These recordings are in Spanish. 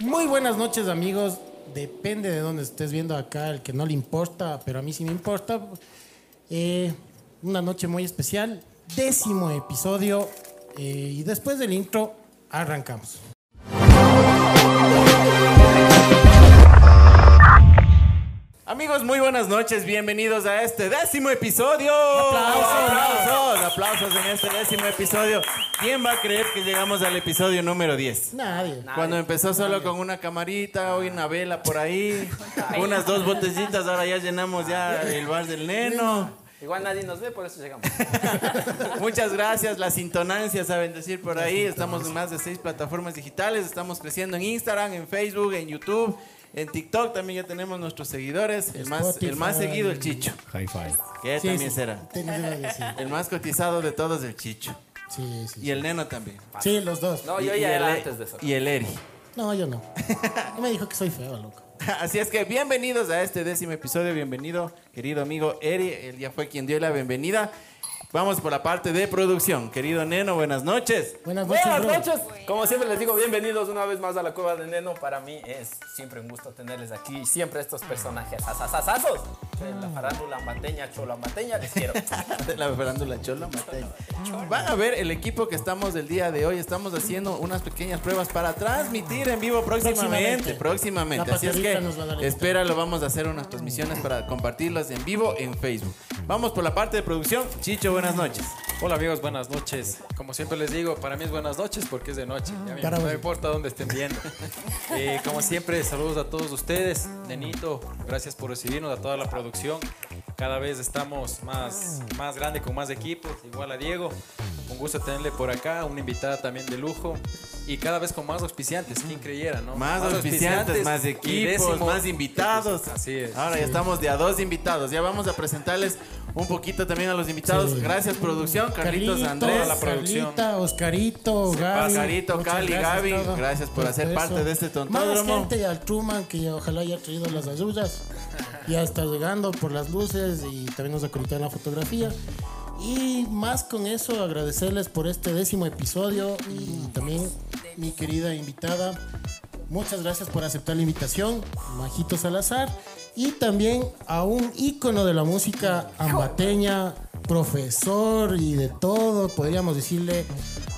Muy buenas noches, amigos. Depende de dónde estés viendo acá, el que no le importa, pero a mí sí me importa. Eh, una noche muy especial, décimo episodio. eh, y después del intro, arrancamos. Amigos, muy buenas noches, bienvenidos a este décimo episodio. ¡Aplausos! aplausos, aplausos en este décimo episodio. ¿Quién va a creer que llegamos al episodio número 10? Nadie. Cuando empezó solo con una camarita, hoy una vela por ahí, unas dos botellitas, ahora ya llenamos ya el bar del neno. Igual nadie nos ve, por eso llegamos. Muchas gracias, las intonancias saben decir por ahí. Estamos en más de seis plataformas digitales, estamos creciendo en Instagram, en Facebook, en YouTube, en TikTok también ya tenemos nuestros seguidores. El más, el más Spotify. seguido, el Chicho. Hi-Fi. Que Sí, también sí, será. tienes una idea, sí. El más cotizado de todos, el Chicho. Sí, sí, Y el Neno también. Sí, los dos. No, yo Y- y ya el era E- antes de eso. Y el Eri. No, yo no. Me dijo que soy feo, loco. Así es que bienvenidos a este décimo episodio. Bienvenido, querido amigo Eri. Él ya fue quien dio la bienvenida. Vamos por la parte de producción. Querido Neno, buenas noches. Buenas noches, Buenas bro. noches. Como siempre les digo, bienvenidos una vez más a la Cueva de Neno. Para mí es siempre un gusto tenerles aquí. Siempre estos personajes asasasazos. De la farándula mateña, chola mateña, les quiero. De la farándula chola Matei. Van a ver el equipo que estamos el día de hoy. Estamos haciendo unas pequeñas pruebas para transmitir en vivo Próximamente. próximamente. Próximamente. La Así es que pastelita nos va a dar el- espéralo. Vamos a hacer unas transmisiones para compartirlas en vivo en Facebook. Vamos por la parte de producción. Chicho, buenas noches. Hola amigos, buenas noches. Como siempre les digo, para mí es buenas noches porque es de noche. Ya me- Cara, no bueno. me importa dónde estén viendo. Eh, como siempre, saludos a todos ustedes. Nenito, gracias por recibirnos, a toda la producción. Cada vez estamos más, más grande, con más equipos. Igual a Diego, un gusto tenerle por acá, una invitada también de lujo. Y cada vez con más auspiciantes, quién creyera, ¿no? Más auspiciantes, más y equipos, décimo- más invitados. Así es. Ahora ya estamos de a dos invitados. Ya vamos a presentarles un poquito también a los invitados. Sí. Gracias, producción. Carlitos, Andrés. Andrés, la producción. Carlita, Oscarito, Gaby. Oscarito, Muchas Pues Cali, Gaby, gracias por hacer eso. parte de este Más tontódromo. gente y al Truman que ojalá haya traído las ayudas. Ya está llegando por las luces y también nos acolitó en la fotografía. Y más con eso, agradecerles por este décimo episodio y también mi querida invitada. Muchas gracias por aceptar la invitación, Majito Salazar. Y también a un ícono de la música ambateña, profesor y de todo, podríamos decirle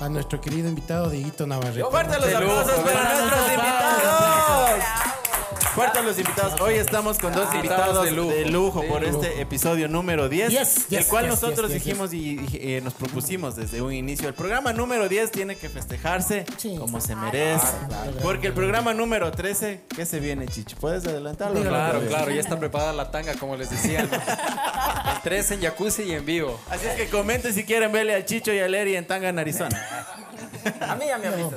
a nuestro querido invitado Dieguito Navarrete. Fuerte los aplausos para nuestros invitados. Fuerte los invitados. Hoy estamos con dos invitados de lujo, por este episodio número 10, Yes, el yes, cual yes, nosotros yes, yes, dijimos y dije- eh, nos propusimos desde un inicio. El programa número 10 tiene que festejarse Sí. como se merece. Porque el programa número 13, ¿qué se viene, Chicho? ¿Puedes adelantarlo? Claro, claro, ya está preparada la tanga, como les decía. ¿no? El 3 en jacuzzi y en vivo. Así es que comenten si quieren verle a Chicho y a Leri en Tanga en Arizona. A mí ya me han visto.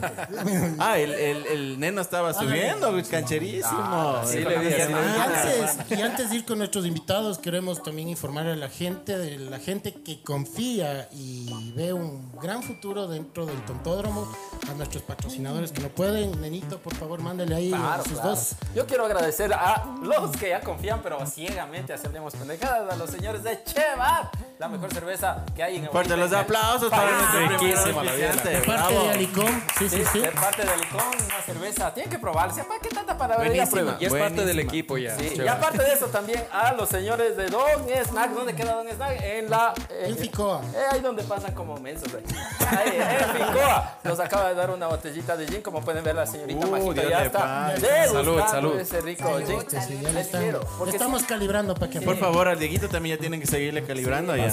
Ah, el, el- el neno estaba subiendo, cancherísimo. Sí, le vi, sí, le vi. Antes, y antes de ir con nuestros invitados, queremos también informar a la gente, de la gente que confía y ve un gran futuro dentro del tontódromo, a nuestros patrocinadores que no pueden. Nenito, por favor, mándale ahí Claro, a sus claro. dos. Yo quiero agradecer a los que ya confían, pero ciegamente hacemos pendejadas, a los señores de Cheva, la mejor cerveza que hay en el Fuerte los aplausos para nuestro primer riquísima la vida. auspiciante. Parte Bravo. de Alicón, sí, sí, sí. De parte del licón, una cerveza. Tienen que probarse. ¿Para qué tanta palabrería? Buenísima. Prueba. Y es Buenísima. parte del equipo ya. Sí, y chévere. aparte de eso también a los señores de Don Snack. ¿Dónde queda Don Snack? En la... eh, En Ficoa. eh, ahí donde pasan como mensos. eh. Ahí, en Ficoa. Nos acaba de dar una botellita de gin. Como pueden ver, la señorita Uh, Majito Dios ya de está paz. degustando Salud, salud. ese rico gin. Sí, sí, ya le Les están- quiero. le Porque estamos calibrando para que Por favor, al Dieguito también ya tienen que seguirle calibrando allá.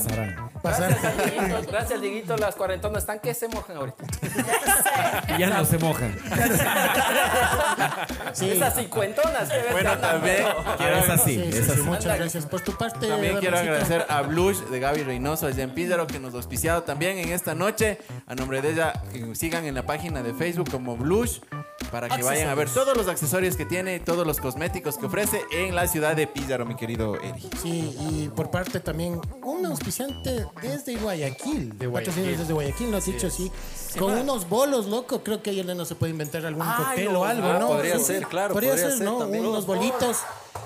pasar. Gracias, al Dieguito, gracias, al Dieguito. Las cuarentonas están que se mojan ahorita. Ya no se mojan. Sí. Esas cincuentonas. que ves que Bueno, andan, también pero- quiero, es así, Sí, sí, es sí, así. muchas gracias por tu parte. también quiero Damasito. agradecer a Blush de Gaby Reynoso allá en Píndaro que nos ha auspiciado también en esta noche. A nombre de ella, que sigan en la página de Facebook como Blush para que vayan a ver todos los accesorios que tiene, todos los cosméticos que ofrece en la ciudad de Píndaro, mi querido Eri. Sí, y por parte también un auspiciante desde Guayaquil. De Guayaquil. desde Guayaquil, lo has dicho así. Con unos bolos, loco. Creo que ayer no se puede inventar algún Ay, cóctel los o algo. algo, Ah, ¿no? podría Sí. ser, claro, Podría, podría ser, ser ¿no? también. Unos bolitos.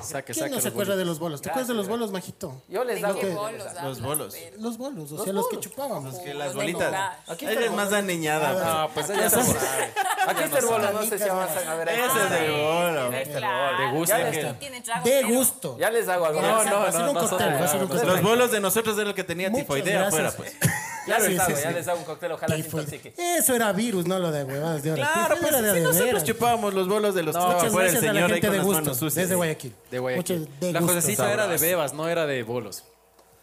Saque, ¿Quién saque no los se acuerda bolitos. de los bolos? ¿Te acuerdas de los bolos, Majito? Yo les Tengo hago. que- ¿Qué bolos? Los bolos. Los bolos, o sea, los Ah, que chupábamos. Que las Los de bolitas. Nicolás. Ella es más aniñada. No, pues ella sabe. Aquí está el bolo, no sé si Canicas, avanzan a ver. pues, Ah, ahí Ese es está. el bolo. Claro. Te gusta Ya que- les- tiene trago De cero. gusto. Ya les hago algo. No, no, va a ser un no, vas a cóctel, va a ser un ver, cóctel. Los bolos de nosotros era lo que tenía pues, Muchas tifoidea afuera, gracias. pues. Ya Sí, les sí, hago, sí. ya les hago un cóctel, ojalá se intoxique. Eso era virus, no lo de huevadas de ahora. Claro, Eso pues era de si de nosotros veras. chupábamos los bolos de los que estaba Muchas fuera el gracias a la señor ahí gente con de las gusto. manos sucias. Desde Guayaquil. De Guayaquil. Muchas de la gusto. Josecita era de bebas, no era de bolos.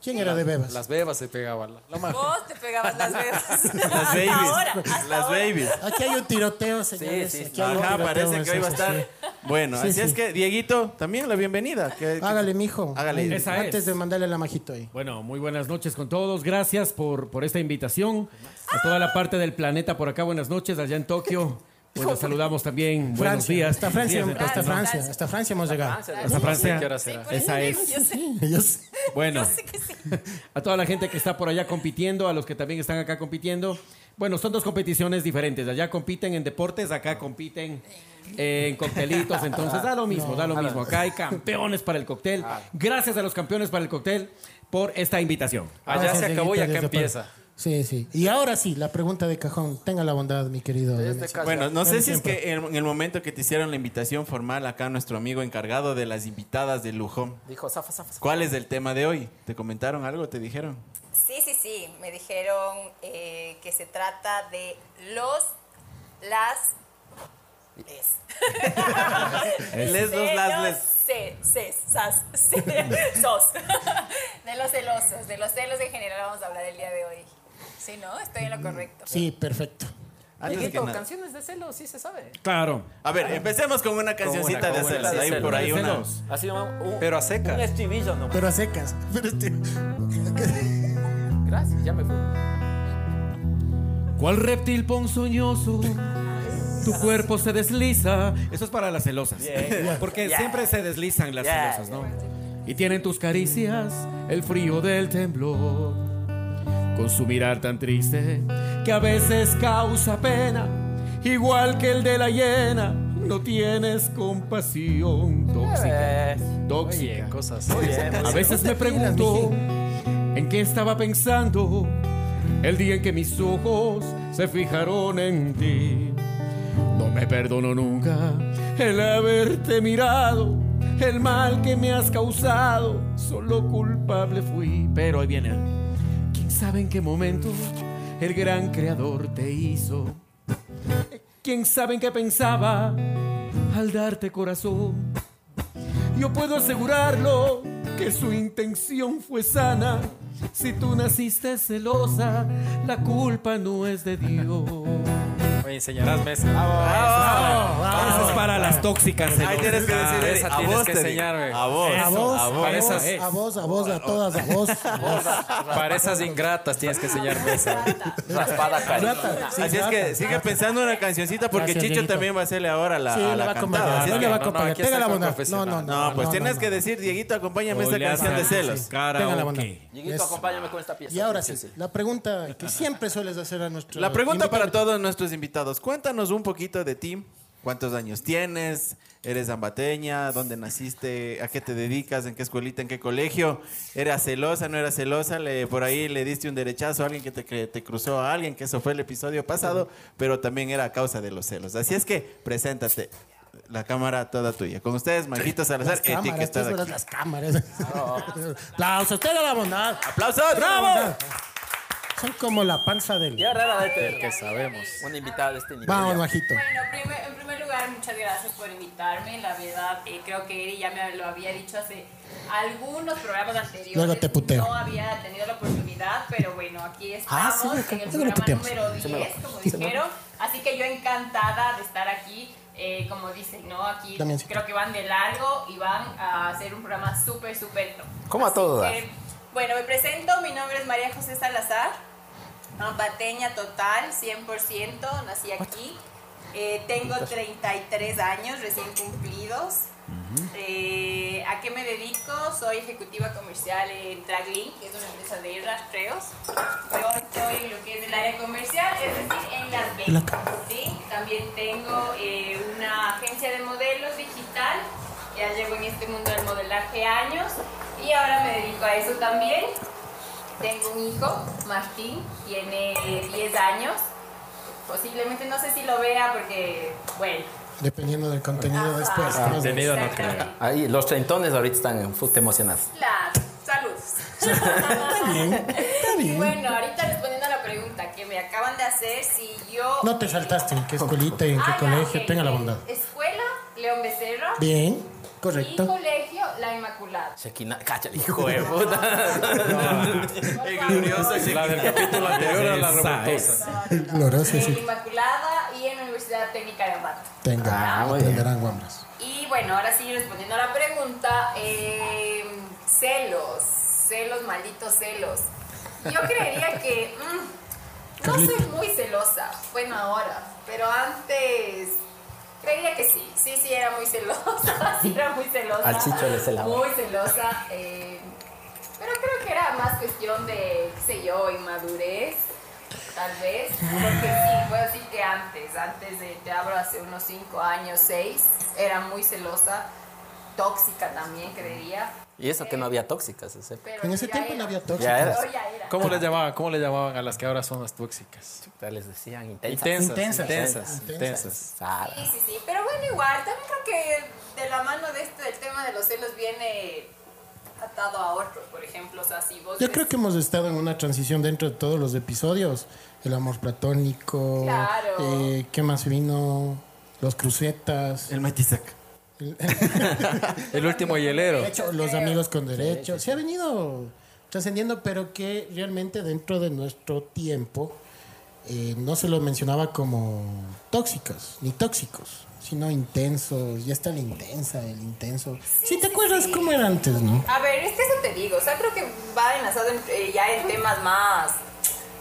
¿Quién era de bebas? Las bebas se pegaban. La, la ma- Vos te pegabas las veces. Las babies. Ahora, hasta Las ahora. babies. Aquí hay un tiroteo, señores. sí, Aquí hay un Ajá, tiroteo, parece que hoy va a sí, sí, estar. sí. Bueno, Sí, así es sí. que, Dieguito, también la bienvenida. que- que- Hágale, mijo. Hágale. Ahí, Esa Antes es. de mandarle la majito ahí. Este, Bueno, muy buenas noches con todos. Gracias por, por esta invitación. A toda la parte del planeta por acá, buenas noches. Allá en Tokio, pues los saludamos también. Buenos Francia. días. Hasta Francia, Buenos días, hasta entonces, ¿no? Francia, hasta Francia hemos llegado. Hasta Francia. ¿Qué hora Sí, será? pues. por eso Esa digo, es. yo sé. Ellos- Bueno, Sí que sí. a toda la gente que está por allá compitiendo, a los que también están acá compitiendo. Bueno, son dos competiciones diferentes. Allá compiten en deportes, acá compiten en coctelitos. Entonces, da lo mismo, da lo mismo. Acá hay campeones para el cóctel. Gracias a los campeones para el cóctel por esta invitación. Allá Gracias, se acabó y Dieguito, acá desde empieza. Pal- Sí, sí. Y ahora sí, la pregunta de cajón. Tenga la bondad, mi querido. Daniel. Bueno, no Como sé si es siempre. que en, en el momento que te hicieron la invitación formal acá nuestro amigo encargado de las invitadas de lujo, Dijo, zafa, zafa, zafa. ¿cuál es el tema de hoy? ¿Te comentaron algo? ¿Te dijeron? Sí, sí, sí. Me dijeron eh, que se trata de los, las, les. Les, los, las, les. Se, se, sas, se, sos. De los celosos, de los celos en general vamos a hablar el día de hoy. Sí, ¿no? Estoy Mm. en lo correcto. Sí, perfecto. Antes Ah, que Dieguito, nada. canciones de celos, sí se sabe. Ah, Claro. A ver, Ah. empecemos con una cancioncita con de una, celos. sí, Hay celos. por ahí De una. celos. Así nomás. un- Pero a secas. Un estribillo nomás. Pero a secas. Pero este- Gracias, ya me fui. ¿Cuál reptil ponzoñoso? Tu cuerpo se desliza. Ah, Eso es para las celosas. Porque Yeah. siempre se deslizan las Yeah. celosas, ¿no? Y tienen tus caricias el frío del temblor. Con su mirar tan triste que a veces causa pena. Igual que el de la hiena, no tienes compasión tóxica. Eh, Tóxica. Cosas. A veces me pregunto en qué estaba pensando el día en que mis ojos se fijaron en ti. No me perdono nunca el haberte mirado, el mal que me has causado. Solo culpable fui, pero ahí viene. ¿Quién sabe en qué momento el gran creador te hizo? ¿Quién sabe en qué pensaba al darte corazón? Yo puedo asegurarlo que su intención fue sana. Si tú naciste celosa, la culpa no es de Dios. Oye, enseñarás mesa. Ah, Eso es para las tóxicas. Ahí eh. celosas. tienes que Ah, decir, esa a tienes vos que te digo. enseñarme. A vos. A vos, a para vos, esa es. a vos, a vos, a todas, a vos. a vos. Para esas ingratas tienes que enseñar mesa. raspada carita. Rata, sí, Así es rata. que sigue pensando una cancioncita porque Gracias, Chicho Dieguito. también va a hacerle ahora la, Sí, a le la va a cantada. acompañar. Así No es le va a que- no, acompañar. aquí Tenga está la el bondad. No, profesional. no, No, no. pues no, tienes no. que decir, Dieguito, acompáñame esta canción de celos. Tenga la bondad. Dieguito, Eso. acompáñame con esta pieza. Y ahora sí, la pregunta que siempre sueles hacer a nuestro. La pregunta para invitado. todos nuestros invitados. Cuéntanos un poquito de ti. ¿Cuántos años tienes? ¿Eres zambateña? ¿Dónde naciste? ¿A qué te dedicas? ¿En qué escuelita? ¿En qué colegio? ¿Eras celosa? ¿No eras celosa? Le, por ahí le diste un derechazo a alguien que te, que te cruzó a alguien, que eso fue el episodio pasado, pero también era a causa de los celos. Así es que, preséntate. La cámara toda tuya. Con ustedes, Marquito Salazar, Las Eti, que cámaras, estás tres horas aquí. las cámaras. Aplausos, tenga la bondad. ¡Aplausos! ¡Bravo! Son como la panza del. Ya rara de Que tener sabemos. un invitado de este nivel. Vamos, majito. Bueno, primer- en primer lugar, muchas gracias por invitarme. La verdad, eh, creo que Eri ya me lo había dicho hace algunos programas anteriores. Luego te puteo. No había tenido la oportunidad, pero bueno, aquí Ah, estamos sí, me en el acuerdo que lo programa puteamos. número 10, como dijeron. Así que yo encantada de estar aquí. eh, como dicen, ¿no? Aquí También sí. creo que van de largo y van a hacer un programa súper, súper top. Como a Así todo dar. que, Eh, Bueno, me presento. Mi nombre es María José Salazar. Zampateña total, 100%, nací aquí. Eh, tengo 33 años recién cumplidos. Eh, ¿A qué me dedico? Soy ejecutiva comercial en Traglink, que es una empresa de rastreos. Yo estoy en lo que es el área comercial, es decir, en las ventas. ¿sí? También tengo eh, una agencia agencia de modelos digital. Ya llevo en este mundo del modelaje años y ahora me dedico a eso también. Tengo un hijo, Martín, tiene 10 años. Posiblemente no sé si lo vea porque, bueno. Dependiendo del contenido Ajá. después. Ah, ¿no? Contenido no creo. exactamente. Ahí, los trentones ahorita están en fut emocionados. Claro, saludos. Está bien, está bien. Y bueno, ahorita respondiendo a la pregunta que me acaban de hacer, si yo. No te saltaste en qué escuelita y en qué Ah, ya, colegio, ok. tenga la bondad. Escuela León Becerra Bien, y correcto. colegio La Inmaculada. Shekina, cáchale, hijo de puta. Por favor. glorioso La del capítulo anterior a la Esa revoltosa. No, no, no. Glorioso, En sí. La Inmaculada y en la Universidad Técnica de Ambato. Tenga, Ah, muy bien. tendrán guambras. Y bueno, ahora sí, respondiendo a la pregunta, eh, celos, celos, malditos celos. Yo creería que mm, no soy Carlita. muy celosa, bueno ahora, pero antes creía que sí, sí, sí era muy celosa, sí era muy celosa. Al Chicho le celaba. Muy celosa, eh, pero creo que era más cuestión de, qué sé yo, inmadurez. Tal vez, porque sí, puedo decir que antes, antes de, te hablo hace unos 5 años, 6, era muy celosa, tóxica también, creería. Y eso que no había tóxicas. ese. Pero En ese ya tiempo era. no había Ya era. tóxicas. Yo ya era. ¿Cómo le llamaban? ¿Cómo le llamaban a las que ahora son las tóxicas? Ya Les decían intensas. Intensas. Intensas. Intensas. Intensas. Intensas. Sara. Sí, sí, sí, pero bueno, igual, también creo que de la mano de este, del tema de los celos viene atado a otros, por ejemplo, o sea, si vos... Yo ves- creo que hemos estado en una transición dentro de todos los episodios. El amor platónico. Claro. eh, ¿Qué más vino? Los crucetas. El Matizac. El último hielero. De hecho, los amigos con derecho. Se ha venido trascendiendo, pero que realmente dentro de nuestro tiempo eh, no se lo mencionaba como tóxicas, ni tóxicos, sino intensos. Ya está la intensa, el intenso. si te acuerdas cómo era antes, ¿no? A ver, es que eso te digo, o sea, creo que va enlazado en- eh, ya en temas más,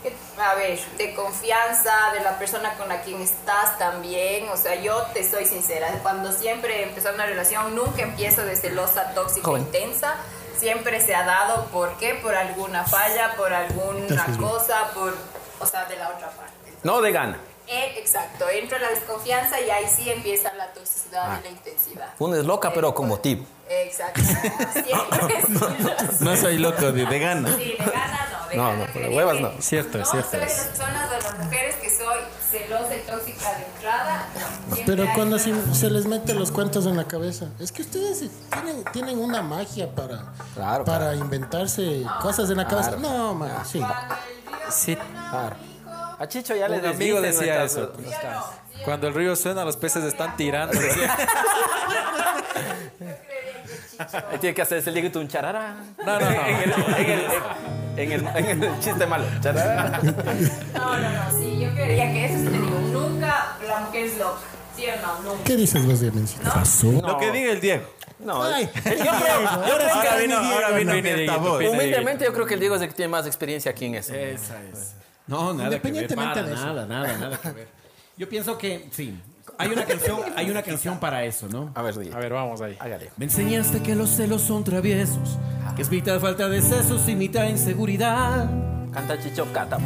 que- a ver, de confianza, de la persona con la quien estás también, o sea, yo te soy sincera, cuando siempre empezó una relación, nunca empiezo de celosa, tóxica, Joven. intensa, siempre se ha dado, ¿por qué? Por alguna falla, por alguna Entonces, bien. cosa, por, o sea, de la otra parte. No de gana. Eh, exacto, entra la desconfianza y ahí sí empieza la toxicidad y la intensidad. Uno es loca, Ah. pero con motivo. Exacto. Siempre es- No soy loco, de, de gana. Sí, de ganas no. De No, ganas no, que pero dije, huevas no. Cierto, no, cierto Soy de es. las personas de las mujeres que soy celosa y tóxica de entrada. No, siempre Pero hay cuando una- se, se les mete los cuentos en la cabeza. Es que ustedes se- tienen, tienen una magia para, Claro, para claro. inventarse cosas en la cabeza. No, man, sí. Cuando el río Sí. suena, Claro. hijo, A Chicho ya le Un amigo decía eso. ¿sí o no? Sí, Cuando el río suena, los peces están tirando. yo creería que Chicho. Ahí tiene que hacerse el Diego un charara. No, no, no. En el, en el- en el- en el chiste malo. Charara. No, no, no, sí, yo creería que eso sí te digo. Nunca la mujer es loca. ¿Sí o no? Nunca. ¿Qué dices los diamencitos? Azul. No. Lo que diga el Diego. No, eh, Ay, yo creo, yo creo Ahora que vino, ahora vino Viene el Dieguito, voz. viene Dieguito. humildemente yo creo que el Diego es el que tiene más experiencia aquí en Eh. eso. Esa es. No, nada que ver. Independientemente Para, de eso. nada, nada, nada que ver. Yo pienso que sí. Hay una canción, hay una canción para eso, ¿no? A ver, Diego, A ver, vamos ahí. hágale. Me enseñaste que los celos son traviesos, que es mitad falta de sesos y mitad inseguridad. Canta Chicho Cata.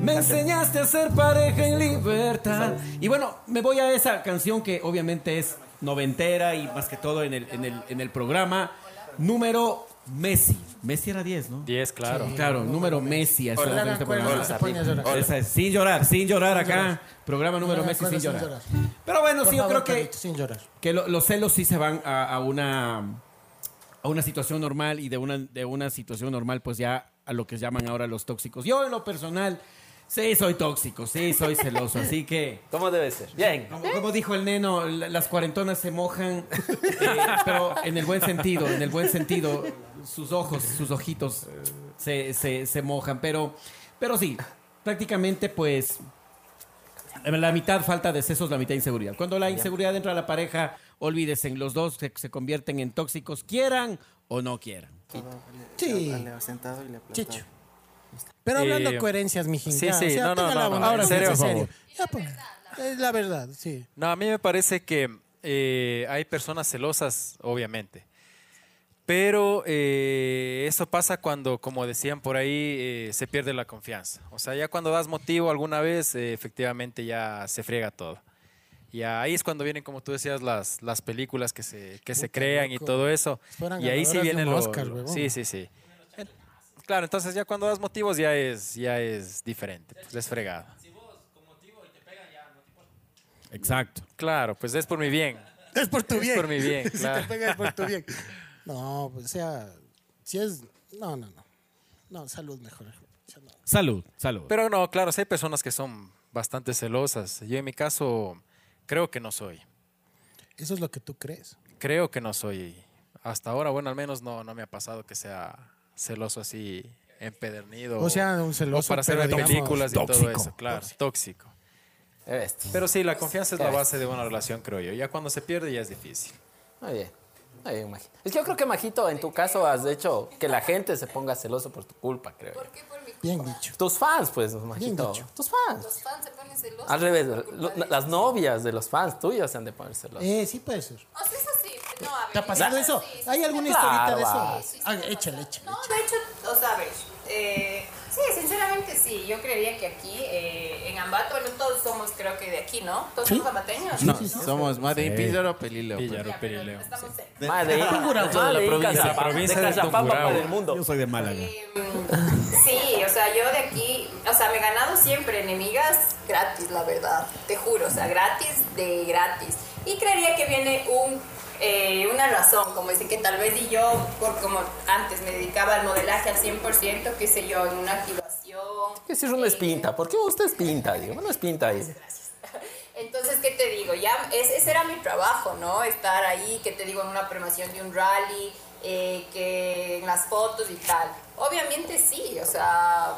Me enseñaste a ser pareja en libertad. Y bueno, me voy a esa canción que obviamente es noventera y más que todo en el, en el, en el programa. Número Messi. Messi era 10, ¿no? 10, claro. Claro, número Messi. eso es en Hagan este cuernos, programa. se pone a llorar. Esa es, sin llorar, sin llorar acá. llorar. Programa número Hagan Messi sin cuernos sin llorar. llorar. Pero bueno, Por sí, yo favor, creo que, Carlitos, sin llorar. que lo- los celos sí se van a, a una a una situación normal y de una, de una situación normal, pues ya a lo que llaman ahora los tóxicos. Yo en lo personal, sí soy tóxico, sí soy celoso, así que. ¿Cómo debe ser? Bien. Como, como dijo el neno, la- las cuarentonas se mojan, eh, pero en el buen sentido, en el buen sentido, sus ojos, sus ojitos se, se- se mojan, pero, pero sí, prácticamente pues la mitad falta de sesos, la mitad inseguridad. Cuando la inseguridad entra a la pareja, olvídense, los dos se, se convierten en tóxicos, quieran o no quieran. Sí. Chicho. Pero hablando Eh, coherencias, mijín. sí, ya, sí, o sea, no, no, tenga no, la no, bondad, ahora sí, en serio, por favor. Ya, pues, es la verdad, sí. No, a mí me parece que eh, hay personas celosas, obviamente. Pero eh, eso pasa cuando, como decían por ahí, eh, se pierde la confianza. O sea, ya cuando das motivo alguna vez, eh, efectivamente ya se friega todo. Y ahí es cuando vienen, como tú decías, las, las películas que se, que se crean y todo eso. Fueran Y ahí sí ganadoras de viene un lo, Oscar, lo- huevón. Sí, sí, sí. En- Claro, entonces ya cuando das motivos ya es, ya es diferente, pues es fregado. Exacto. Claro, pues es por mi bien. Es por tu Es bien. por mi bien, si claro. te pega es por tu bien. No, pues, o sea, si es. No, no, no. No, salud mejor. O sea, no. Salud, salud. Pero no, claro, sí hay personas que son bastante celosas. Yo en mi caso creo que no soy. Eso es lo que tú crees. Creo que no soy. Hasta ahora, bueno, al menos no, no me ha pasado que sea celoso así empedernido. O sea, un celoso, para hacer pero digamos, películas y todo tóxico. eso, claro, tóxico. Qué bestia. Pero sí, la confianza es la base de una relación, creo yo. Ya cuando se pierde ya es difícil. Muy bien. Muy bien, Majito. Es que yo creo que, Majito, en tu caso has hecho que la gente se ponga celoso por tu culpa, creo. yo. ¿Por qué por mi culpa? Bien dicho. Tus fans, pues, Majito. dicho. Tus fans. Los fans se ponen celosos. Al revés, por culpa lo- de- las novias de los fans tuyos se han de poner Ah. celosas. Eh, sí puede ser. O sea, eso sí. No, a ver. ¿Te ha pasado sí, eso? sí, sí, ¿Hay sí, alguna sí, historita de Claro. eso? Ah, échale, échale. No, De hecho, o sea, a ver, eh, sí, sinceramente sí. Yo creería que aquí, eh, en Ambato, bueno, todos somos, creo que de aquí, ¿no? Todos Sí. somos ambateños. No, somos más de Píllaro, Pelileo. pues. Píllaro, Ya, pero Perileo. estamos cerca. Madre, madre, La provincia de del Cachapampa Tungurahua. para el mundo. Yo soy de Málaga. Mm, Sí, o sea, yo de aquí, o sea, me he ganado siempre enemigas gratis, la verdad, te juro, o sea, gratis de gratis. Y creería que viene un, eh, una razón, como dicen que tal vez y yo, por como antes me dedicaba al modelaje al 100%, qué sé yo, en una activación. eh, Que si uno es pinta, ¿por qué usted es pinta? Digo, uno es pinta ahí. Entonces, ¿qué te digo? Ya, es- ese era mi trabajo, ¿no? Estar ahí, que te digo, en una premación de un rally, eh, que en las fotos y tal. Obviamente sí, o sea,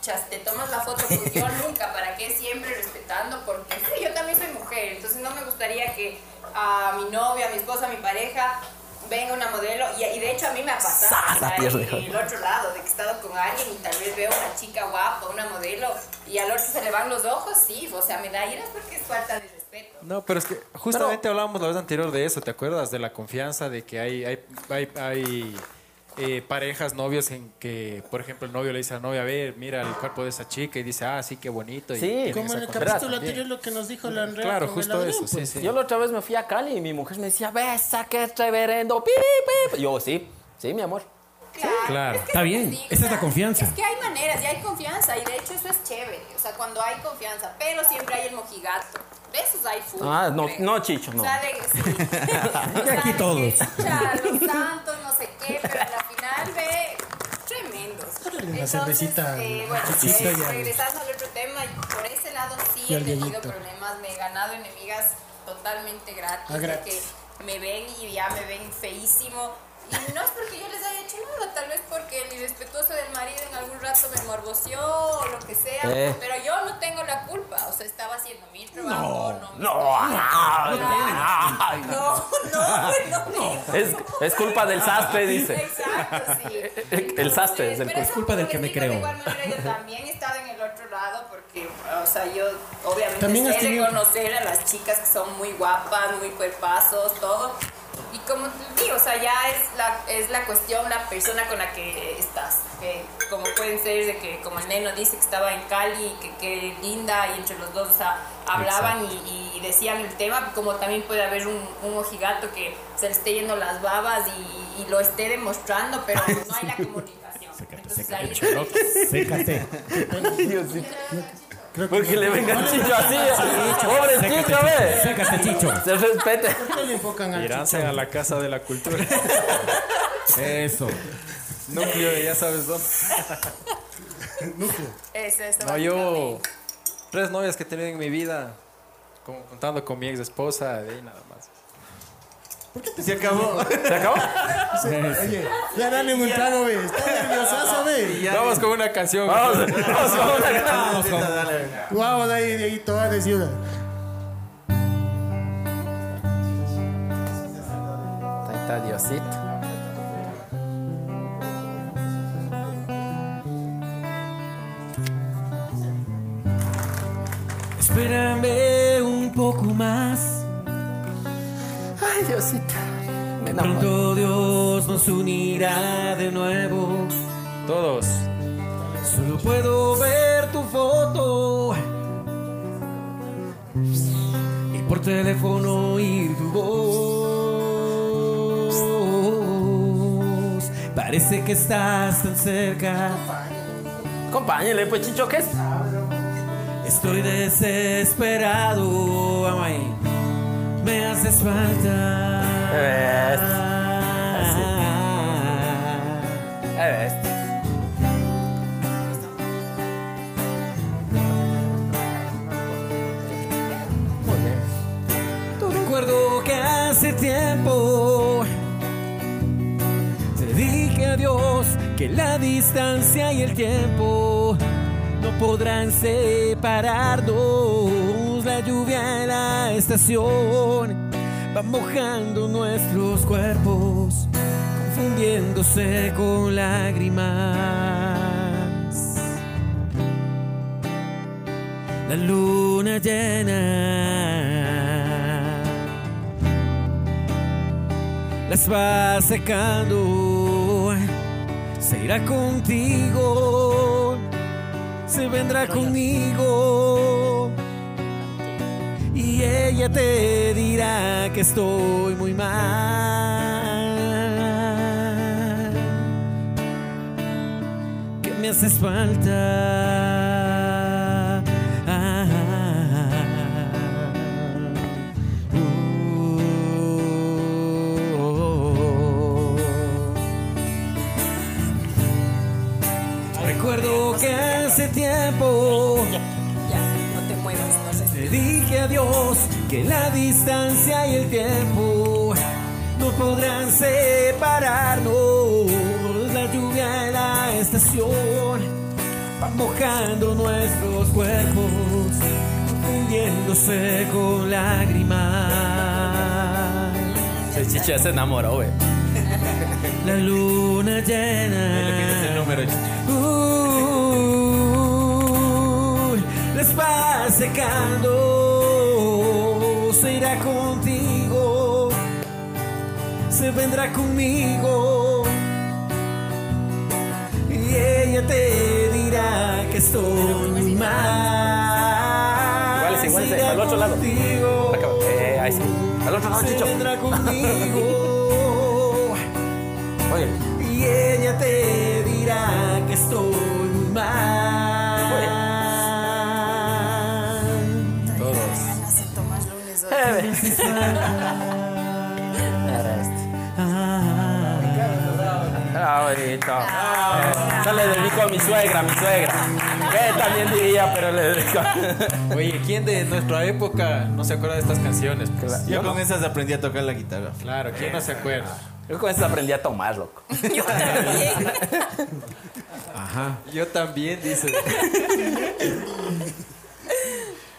chas, te tomas la foto con yo nunca, ¿para qué? Siempre respetando, porque sí, yo también soy mujer, entonces no me gustaría que a mi novia, a mi esposa, a mi pareja venga una modelo y, y de hecho a mí me ha pasado ¡Sas! La o sea, pierna, en- hijo de- en el otro lado de que he estado con alguien y tal vez veo una chica guapa una modelo y al otro se le van los ojos sí o sea me da iras porque es falta de respeto No, pero es que justamente hablábamos la vez anterior de eso, ¿te acuerdas? De la confianza, de que hay, hay, hay, hay, eh, parejas, novios en que, por ejemplo, el novio le dice a la novia, a ver, mira el cuerpo de esa chica y dice, ah, sí, qué bonito. y Sí, tienen Como esa en el confianza capítulo también. anterior lo que nos dijo la Andrea. Claro, con el justo ladrón, eso, sí, pues. sí. Yo la otra vez me fui a Cali y mi mujer me decía, besa que reverendo, piri, piri". Yo, sí, sí, mi amor. claro, claro. que Está eso bien, digna. esa es la confianza. es que hay maneras y hay confianza y de hecho eso es chévere o sea cuando hay confianza pero siempre hay el mojigato de esos hay full Ah, no, creo. no, Chicho, no. O sea, de, sí. O sea, Aquí de todos. que, chucha, los santos, no sé qué, pero en la final ve tremendo. Órale, una Entonces, cervecita, eh, bueno, chichito eh, y algo. regresando al otro tema, por ese lado Y sí he al tenido Dieguito. problemas, me he ganado enemigas totalmente gratis, Ah, gratis. que me ven y ya me ven feísimo. Y no es porque yo les haya hecho nada, tal vez porque el irrespetuoso del marido en algún rato me morboció o lo que sea, Eh. pero yo no tengo la culpa, o sea, estaba haciendo mi trabajo, no, me No, ah, ay, no. no, no, no. no. Es, es culpa del sastre, dice. Exacto, sí. El sastre es el Pero que- eso, culpa del que me les digo, de creo. igual manera, yo también he estado en el otro lado porque, o sea, yo obviamente También has sé tenido- reconocer a las chicas que son muy guapas, muy cuerpazos, todo. Y como te digo, o sea, ya es la, es la cuestión, la persona con la que estás. que como pueden ser de que, como el neno dice que estaba en Cali, que qué linda, y entre los dos, o sea, hablaban y, y decían el tema, como también puede haber un, un mojigato que se le esté yendo las babas y, y lo esté demostrando, pero no hay la comunicación. Entonces ahí es Sécate. Porque le venga el Chicho así. Pobre Chicho, ve. Sécate, Chicho. Se respete. ¿Por qué le enfocan al Irán chichón? a la casa de la cultura. Eso. Núcleo, de ya sabes dónde. Eso es No, yo. Tres novias que he tenido en mi vida, como contando con mi ex esposa, de ahí nada más. Se acabó. ¿Se acabó? Oye, ya dale un trago, ve. Está nerviosazo, ve. Vamos con una canción. Vamos, vamos, vamos. Vamos ahí, Dieguito, va de ciudad. Ahí está Diosito. Espérame un poco más. Ay, Diosito. Me enamoré. Pronto Dios nos unirá de nuevo. Todos. Solo puedo ver tu foto. Y por por teléfono oír tu voz. Parece que estás tan cerca. Acompáñele, pues, Chicho, ¿qué es? Estoy desesperado. Vamos ahí. Me haces Es- falta. es- Muy bien. Recuerdo que hace tiempo te dije a Dios que la distancia y el tiempo no podrán separarnos. La lluvia en la estación va mojando nuestros cuerpos, confundiéndose con lágrimas. La luna llena las va secando. Se irá contigo, se vendrá conmigo. Y ella te dirá que estoy muy mal. Que me haces falta. Recuerdo que hace tiempo Ya, no te muevas, no sé. te dije adiós que la distancia y el tiempo no podrán separarnos. La lluvia en la estación va mojando nuestros cuerpos, confundiéndose con lágrimas. El Chicho ya se enamoró, güey. La luna tienes el llena. número. Uh, les va secando, se irá contigo, se vendrá conmigo y ella te dirá que estoy muy mal. Igual es igual, Se es irá al otro lado. contigo, Acaba. Eh, ahí sí. Al otro lado, se Chicho. vendrá conmigo. Oye, Y ella te dirá que estoy muy mal. todos. Ganas de tomar lunes hoy. Ah, bonito. Eso le dedico a mi suegra, mi suegra. Que también diría, pero le dedico a... Oye, ¿quién de nuestra época no se acuerda de estas canciones? Pues, Claro. Yo con esas aprendí a tocar la guitarra. Claro, ¿quién no se acuerda? Yo con eso aprendí a tomar, loco. Yo también. Yo también, dice.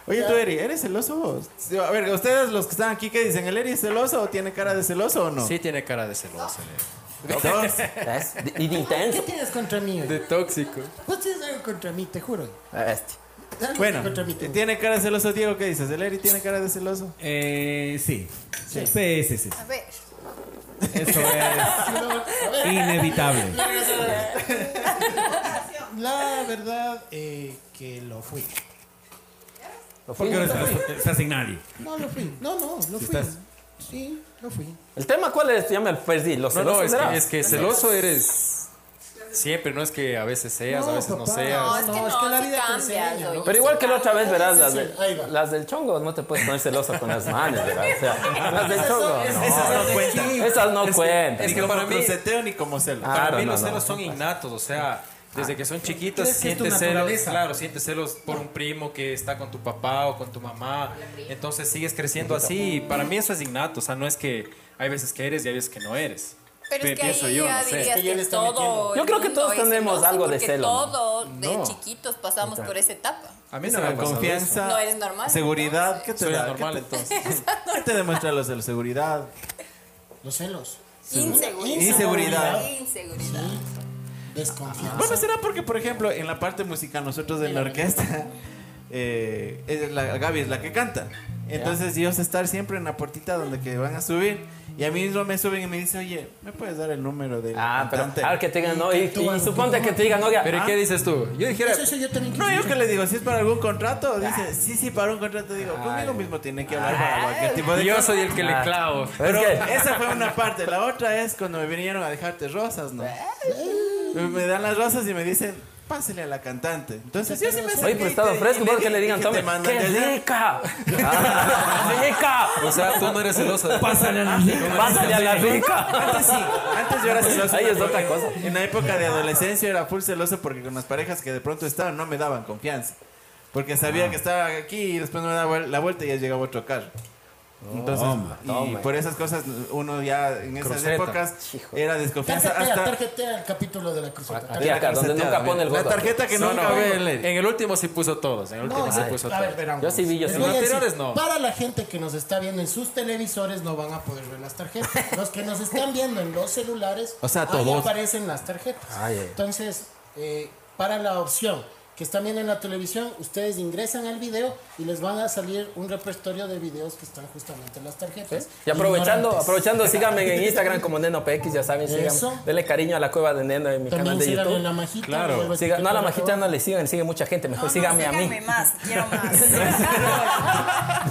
Oye, tú, Eri, ¿eres celoso vos? Sí, A ver, ustedes los que están aquí, ¿qué dicen? ¿El Eri es celoso o tiene cara de celoso o no? Sí tiene cara de celoso. ¿eh? ¿no? Dos. ¿Ves? Y de ¿Qué intenso. tienes contra mí? De oye? tóxico. Vos tienes algo contra mí, te juro. Este. Algo Bueno, contra eh, mí. tú. ¿tiene cara de celoso, Diego? ¿Qué dices? ¿El Eri tiene cara de celoso? Eh, sí. Sí, sí, sí. sí. A ver. Eso es inevitable. La verdad eh, que lo fui. Porque ahora estás, estás sin nadie. No, lo fui. No, no, lo fui. estás- Sí, lo fui. ¿El tema cuál es? Ya me perdí. ¿Los No, no, celosos es era? que, es que celoso eres siempre, no es que a veces seas, a veces no papá, seas. No, es que no, sí cambias, oye. loco. Pero igual que la otra vez, verás, las, de- Sí, ahí va. las del chongo, no te puedes poner celoso con las manos, ¿verdad? O sea, las del Esas chongo, son- no. Esas no cuentan. Esas no Es que- cuentan. es Ni que como para mí- cruceteo ni como celo. Ah. Para Claro, mí no, los no, celos no. son innatos, o sea, desde que son chiquitos ¿Crees que es tu sientes celos, naturaleza? claro, sientes celos por un primo que está con tu papá o con tu mamá, entonces sigues creciendo así, y para mí eso es innato, o sea, no es que hay veces que eres y hay veces que no eres. Pero Pe- es que ahí ya dirías Es que ya le que está todo. metiendo. el Yo creo que mundo todos es tenemos celoso algo de porque celo, ¿no? Todos de chiquitos pasamos por esa etapa. A mí no me ha pasado eso. Confianza, No, eres normal. seguridad, ¿qué te Soy da? anormal, ¿Qué te- entonces. ¿Qué te demuestra los celos? Seguridad. Los celos. Inseguridad. Inseguridad. Inseguridad. Desconfianza. Bueno, será porque, por ejemplo, en la parte musical, nosotros en la orquesta, eh, es la, Gaby es la que canta. Entonces, yo sé estar siempre en la puertita donde que van a subir. Y a mí mismo me suben y me dicen, oye, ¿me puedes dar el número del Ah, pero cantante?" ahora que te digan, no, y, tú y vas- suponte que te digan, oiga, Pero ¿y ah, qué dices tú? Yo dijera, Eso, eso yo también No, yo quisiera. que le digo, si es para algún contrato, Ah. dice, sí, sí, para un contrato, digo, conmigo mismo tiene que hablar para cualquier tipo de yo cosa. soy el que le clavo. Pero Es que- esa fue una parte, la otra es cuando me vinieron a dejarte rosas, ¿no? Me- Me dan las rosas y me dicen, pásele a la cantante. Entonces, yo sí me oye, acerqué pero y estaba te- fresco, y le porque dije le digan, que tome, te mandan ¡qué desde- rica! Ah, ¡Rica! O sea, tú no eres celosa. Pásale a ¡Pásale a la rica! Antes sí, antes yo era celoso. Ahí es porque otra cosa. En la época de adolescencia era full celoso porque con las parejas que de pronto estaban no me daban confianza. Porque sabía Ah. que estaba aquí y después me daba la vuelta y ya llegaba otro carro. Entonces, y por esas cosas uno ya en esas Cruceta. épocas era desconfianza Tarjetea, hasta tarjetea el capítulo de la cruceta. Aquí acá, donde nunca pone el la gordo. tarjeta que No, nunca no, ve en el último sí puso todos. En el último No, sí a ver, puso a ver, todos. verán. Yo sí vi, yo Les sí voy vi. a decir, Anteriores no. Para la gente que nos está viendo en sus televisores no van a poder ver las tarjetas. los que nos están viendo en los celulares, O sea, ahí todos. aparecen las tarjetas. Entonces, eh, para la opción que están viendo en la televisión, ustedes ingresan al video y les van a salir un repertorio de videos que están justamente en las tarjetas. Y aprovechando, Ignorantes. aprovechando, síganme en Instagram como NenoPX, ya saben, Eso. sigan. Denle cariño a la cueva de Neno en mi canal También de síganme en YouTube. la majita. Claro. vuelvo a Siga- no, a la explicar, majita por no le sigan, sigue mucha gente, mejor síganme Pues a mí. más, quiero más.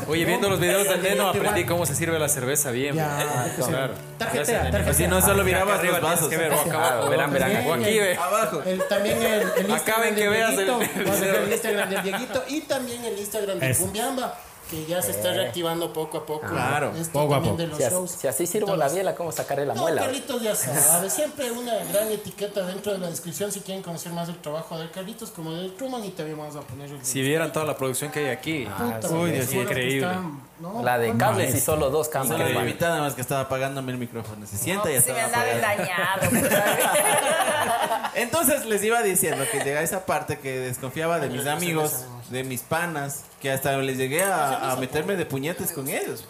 Oye, viendo los videos del neno aprendí cómo se sirve la cerveza bien. Ya, Eh, claro. favor. Tarjetea, tarjetea. Así no solo mirabas los tienes vasos. que ver, o acá Ah, abajo, verán, o verán. acá Bien, abajo. O aquí, el- ve. Abajo. El- también el, el Instagram Acaben que del veas Dieguito, el- el vas a ver el video. Instagram del Dieguito y también el Instagram de Cumbiamba, que ya se está reactivando poco a poco. Claro, Esto poco a también poco. de los Eh. Ah, Si, as- shows. si así sirvo la biela, ¿cómo sacaré la No, muela? Carlitos ya sabe, siempre una gran etiqueta dentro de la descripción si quieren conocer más del trabajo de Carlitos como del Truman y también vamos a poner el Si vieran toda la producción que hay aquí. Ah, Puta, uy, madre, Dios, seguro que increíble. están- no, La de no, cables y solo dos Solo la cámaras. invitada nada más que estaba apagándome el micrófono. Se sienta y Si me estaba andaba apagando. dañado. pues, ¿sabes? Entonces les iba diciendo que llega esa parte que desconfiaba de mis amigos, de mis panas, que hasta les llegué a, a meterme de puñetes con ellos.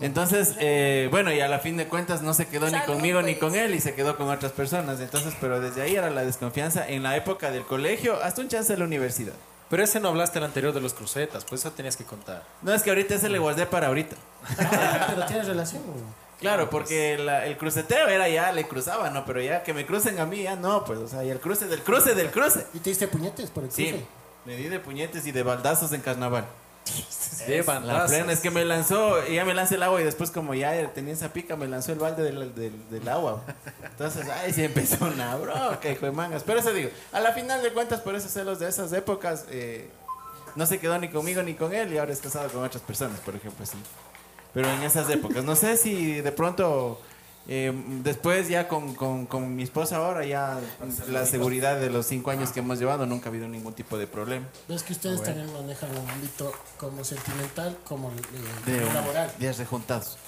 Entonces, eh, bueno, y a la fin de cuentas no se quedó ni conmigo ni con él y se quedó con otras personas. Entonces, pero desde ahí era la desconfianza en la época del colegio hasta un chance de la universidad. Pero ese no hablaste el anterior de los crucetas, pues eso tenías que contar. No, es que ahorita ese le guardé para ahorita. Ah, pero tienes relación. güey. Claro, pues. porque la- el cruceteo era ya, le cruzaba, ¿no? Pero ya que me crucen a mí, ya no, pues, o sea, y el cruce del cruce del cruce. ¿Y te diste puñetes por el Sí, cruce? me di de puñetes y de baldazos en carnaval. Llevan La plena es que me lanzó, y ya me lanza el agua y después como ya tenía esa pica, me lanzó el balde del, del- del agua. Entonces, ay, sí empezó una broca, hijo de mangas. Pero eso digo, a la final de cuentas, por esos celos de esas épocas, eh, no se quedó ni conmigo ni con él y ahora es casado con otras personas, por ejemplo, sí. Pero en esas épocas, no sé si de pronto... eh, después ya con, con- con mi esposa ahora ya la seguridad de los cinco años que hemos llevado nunca ha habido ningún tipo de problema. Ves que Ah, ustedes también manejan un ámbito como sentimental, como eh, De laboral. días rejuntados.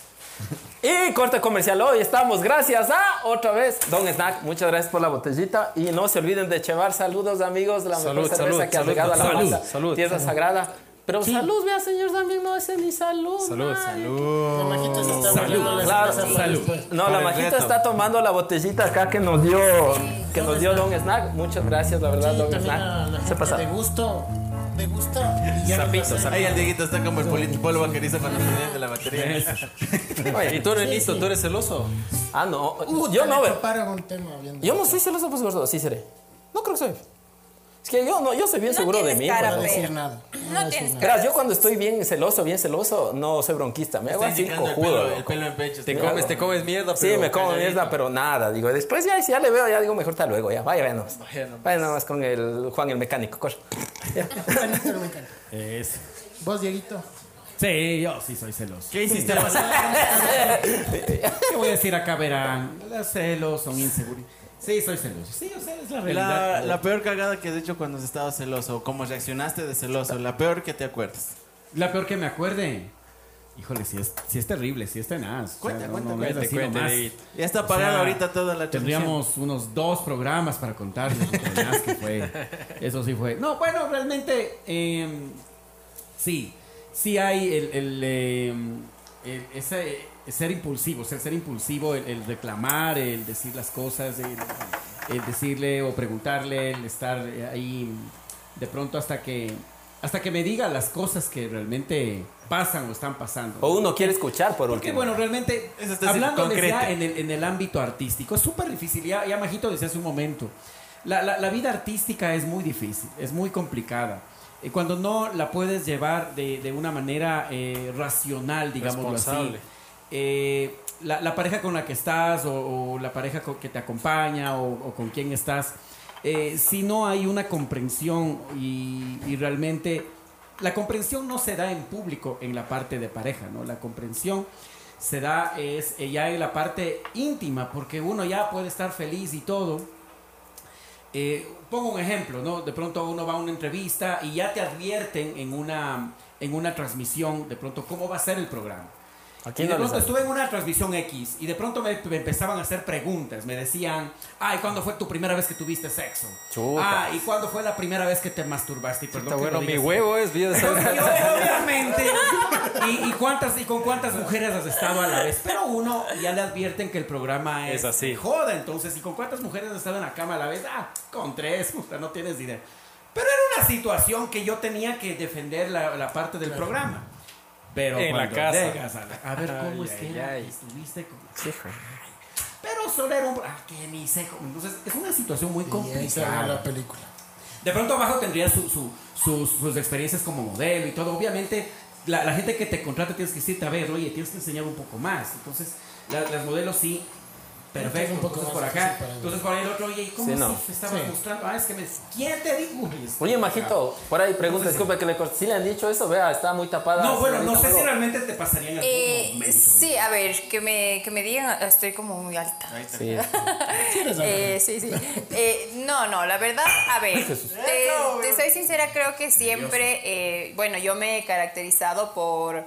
Y corte comercial hoy estamos. Gracias a otra vez Don Snack. Muchas gracias por la botellita. Y no se olviden de llevar saludos, amigos. La Salud, mejor cerveza salud, que ha salud, llegado a la salud, masa. salud. Tierra sagrada. Pero salud, vea, señor, también no es ni salud. Pues, Salud, Ah. La majita se está guardando las Claro, cosas para después. No, Por la el majita reto. está tomando la botellita acá que nos dio que nos dio Don Snack. Muchas gracias, la verdad, Sí, Don también a la Snack. Se gente pasa. de gusto, de gusto. y ya nos va a hacer- Ahí el Dieguito está como el polito polvo que hizo cuando se de la batería. Y tú eres listo, tú eres celoso. Ah, no. Puta, Yo le no, veo. preparan un tema bien Yo no soy celoso, pues gordo, sí seré. No creo que soy. Es que yo no, yo soy bien No seguro de tienes mí. cara, No gordo. voy a decir Pero- nada. no voy a decir tienes nada. Verás, yo cuando estoy bien celoso, bien celoso, no soy bronquista, me hago así cojudo. el pelo en pecho. Te comes, te comes mierda, Sí, pero me como calladito. mierda, pero nada, digo, después ya, si ya le veo, ya digo, mejor está luego, ya, vaya, vaya nomás. Vaya nomás. Vaya nomás con el Juan el mecánico, corre. Ya. Bueno, pero me encanta. Es. Vos, Dieguito. Sí, yo sí soy celoso. ¿Qué hiciste? ¿Qué voy a decir acá, verán? Los celos son inseguridad. Sí, soy celoso. Sí, o sea, es la La, realidad. la peor cagada que has hecho cuando has estado celoso, o cómo reaccionaste de celoso, la peor que te acuerdas. La peor que me acuerde. Híjole, si es, si es terrible, si es tenaz. Cuenta, cuenta, no es Te así cuente, nomás. Dieguito. Ya está O sea, apagada ahorita toda la transmisión. Tendríamos unos dos programas para contarles lo tenaz que fue. Eso sí fue. No, bueno, realmente em, sí. Sí hay el, el, em, el- ese, eh, ser impulsivo, ser, ser impulsivo, el, el reclamar, el decir las cosas, el, el decirle o preguntarle, el estar eh, ahí de pronto hasta que hasta que me diga las cosas que realmente pasan o están pasando. O uno quiere escuchar por Porque último. bueno, realmente, Eso está hablando concreto. ya en el, en el ámbito artístico, es súper difícil, ya, ya Majito decía hace un momento, la, la- la vida artística es muy difícil, es muy complicada. Eh, Cuando no la puedes llevar de, de una manera eh, racional, digamos así. Responsable. Eh, la, la pareja con la que estás o, o la pareja co- que te acompaña o, o con quien estás, eh, si no hay una comprensión y, y realmente la comprensión no se da en público en la parte de pareja, ¿no? La comprensión se da es eh, ya en la parte íntima, porque uno ya puede estar feliz y todo. Eh, pongo un ejemplo, ¿no? De pronto uno va a una entrevista y ya te advierten en una, en una transmisión, de pronto, cómo va a ser el programa. Aquí Y de no les pronto hablo. estuve en una transmisión X y de pronto me, me empezaban a hacer preguntas. Me decían, ay, ¿cuándo fue tu primera vez que tuviste sexo? Chuta. Ah, ¿y cuándo fue la primera vez que te masturbaste? Y perdón Está que bueno, lo mi diga así. huevo es bien Entonces, yo, obviamente. ¿Y, y cuántas, ¿Y con cuántas mujeres has estado a la vez? Pero uno ya le advierten que el programa es, Es así. Joda, entonces. ¿Y con cuántas mujeres has estado en la cama a la vez? Ah, con tres, puta, no tienes idea. Pero era una situación que yo tenía que defender la, la parte del programa. Pero En la cuando casa. llegas a, la- a ver cómo Ay, es que ay, era ay. que estuviste con. Pero solo era un. Ah, que ni sé. cómo. Entonces, es una situación muy Y ahí se armó complicada. la película. De pronto abajo tendrías su- su- sus, sus experiencias como modelo y todo. Obviamente, la, la gente que te contrata tienes que decirte, a ver, oye, tienes que enseñar un poco más. Entonces, la- las modelos sí, perfecto. Un poco Entonces más por acá, difícil para mí. entonces por ahí el otro, oye, ¿y cómo Sí, no. así estabas Sí. mostrando? Ah, es que me... ¿Quién te dijo? Oye, Majito, por ahí pregunta, disculpe que le corte. ¿Sí le han dicho eso? Vea, está muy tapada. No, bueno, no señorita sé si Mago. realmente te pasaría en algún Eh, momento. sí, a ver, que me, que me digan, estoy como muy alta. Sí. Sí, eres Eh, sí, sí. Eh, no, no, la verdad, a ver, te, te soy sincera, creo que siempre, eh, bueno, yo me he caracterizado por,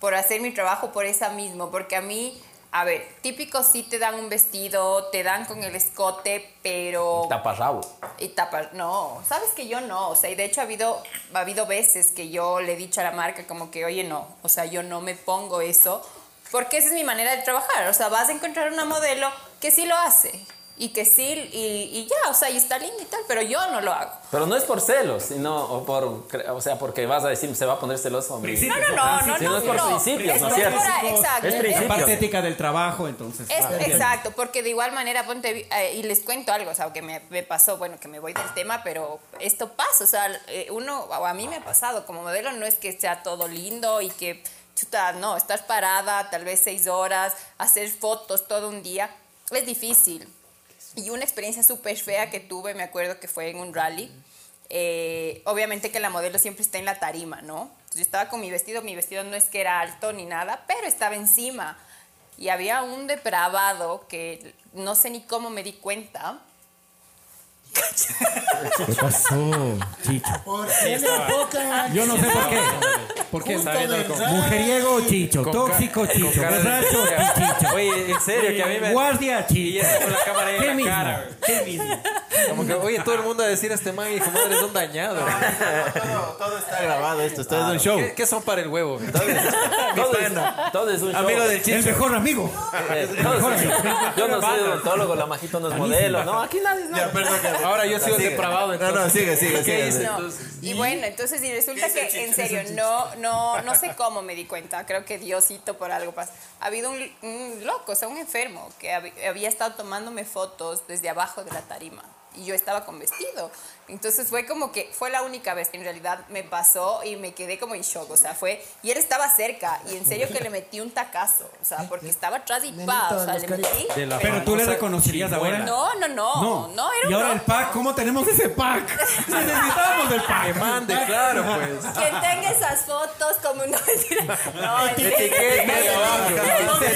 por hacer mi trabajo por esa mismo, porque a mí, a ver, típico sí te dan un vestido, te dan con el escote, pero... Taparrabo. Y tapar, no, sabes que yo no, o sea, y de hecho ha habido, ha habido veces que yo le he dicho a la marca como que, oye, no, o sea, yo no me pongo eso, porque esa es mi manera de trabajar, o sea, vas a encontrar una modelo que sí lo hace, y que sí, y, y ya, o sea, y está linda y tal, pero yo no lo hago. Pero no es por celos, sino o por, cre- o sea, porque vas a decir, se va a poner celoso. hombre. Principio. No, no, no, no, Si no, no es por no. principios, ¿no Es es cierto? por- exacto. Es La principio. parte ética del trabajo, entonces. Es- ah, bien. exacto, porque de igual manera, ponte, vi- eh, y les cuento algo, o sea, que me, me pasó, bueno, que me voy del tema, pero esto pasa, o sea, eh, uno, o a mí me ha pasado, como modelo no es que sea todo lindo y que, chuta, no, estás parada tal vez seis horas, hacer fotos todo un día, es difícil. Y una experiencia súper fea que tuve, me acuerdo que fue en un rally. eh, obviamente que la modelo siempre está en la tarima, ¿no? Entonces yo estaba con mi vestido, mi vestido no es que era alto ni nada, pero estaba encima. Y había un depravado que no sé ni cómo me di cuenta. ¿Qué pasó, Chicho? ¿Por qué le enfocan al Yo no sé por qué. ¿Por qué? punto Está viendo del el con- rally? Mujeriego, Chicho. Con ca- Tóxico, con Chicho. cara de- Borracho, Chicho. Oye, en serio, que a mí me. Guardia, Y Chicho. ya con la cámara ahí ¿Qué en la mismo? cara, güey. ¿Qué mismo? Como que, oye, todo el mundo a decir a este man y como madre es un dañado. güey. Todo, todo está grabado esto, esto es un show. ¿Qué, qué son para el huevo? Todo es, todo es un show. Amigo del El chicho. mejor amigo. Eh, todo es un show. Yo no soy odontólogo, la majito no es modelo. No, aquí nadie es nada. Ahora yo soy el depravado. No, no, Entonces. sigue, sigue, sigue. ¿Qué hice? No. Entonces, Y bueno, entonces y resulta que en serio no no no sé cómo me di cuenta, creo que Diosito por algo pasa. Ha habido un, un loco, o sea, un enfermo que hab- había estado tomándome fotos desde abajo de la tarima y yo estaba con vestido. Entonces fue como que fue la única vez que en realidad me pasó y me quedé como en shock, o sea, fue y él estaba cerca y en serio que le metí un tacazo, o sea, porque estaba atrás y Nenito, pa, o sea, los le metí. de la Pero tú le famosa reconocerías ahora. No, no, no, no, era un y ahora el loco. pack, ¿cómo tenemos ese pack? Necesitamos del Que pack. mande, claro, pues. Quien tenga esas fotos como no mentira. No, en serio.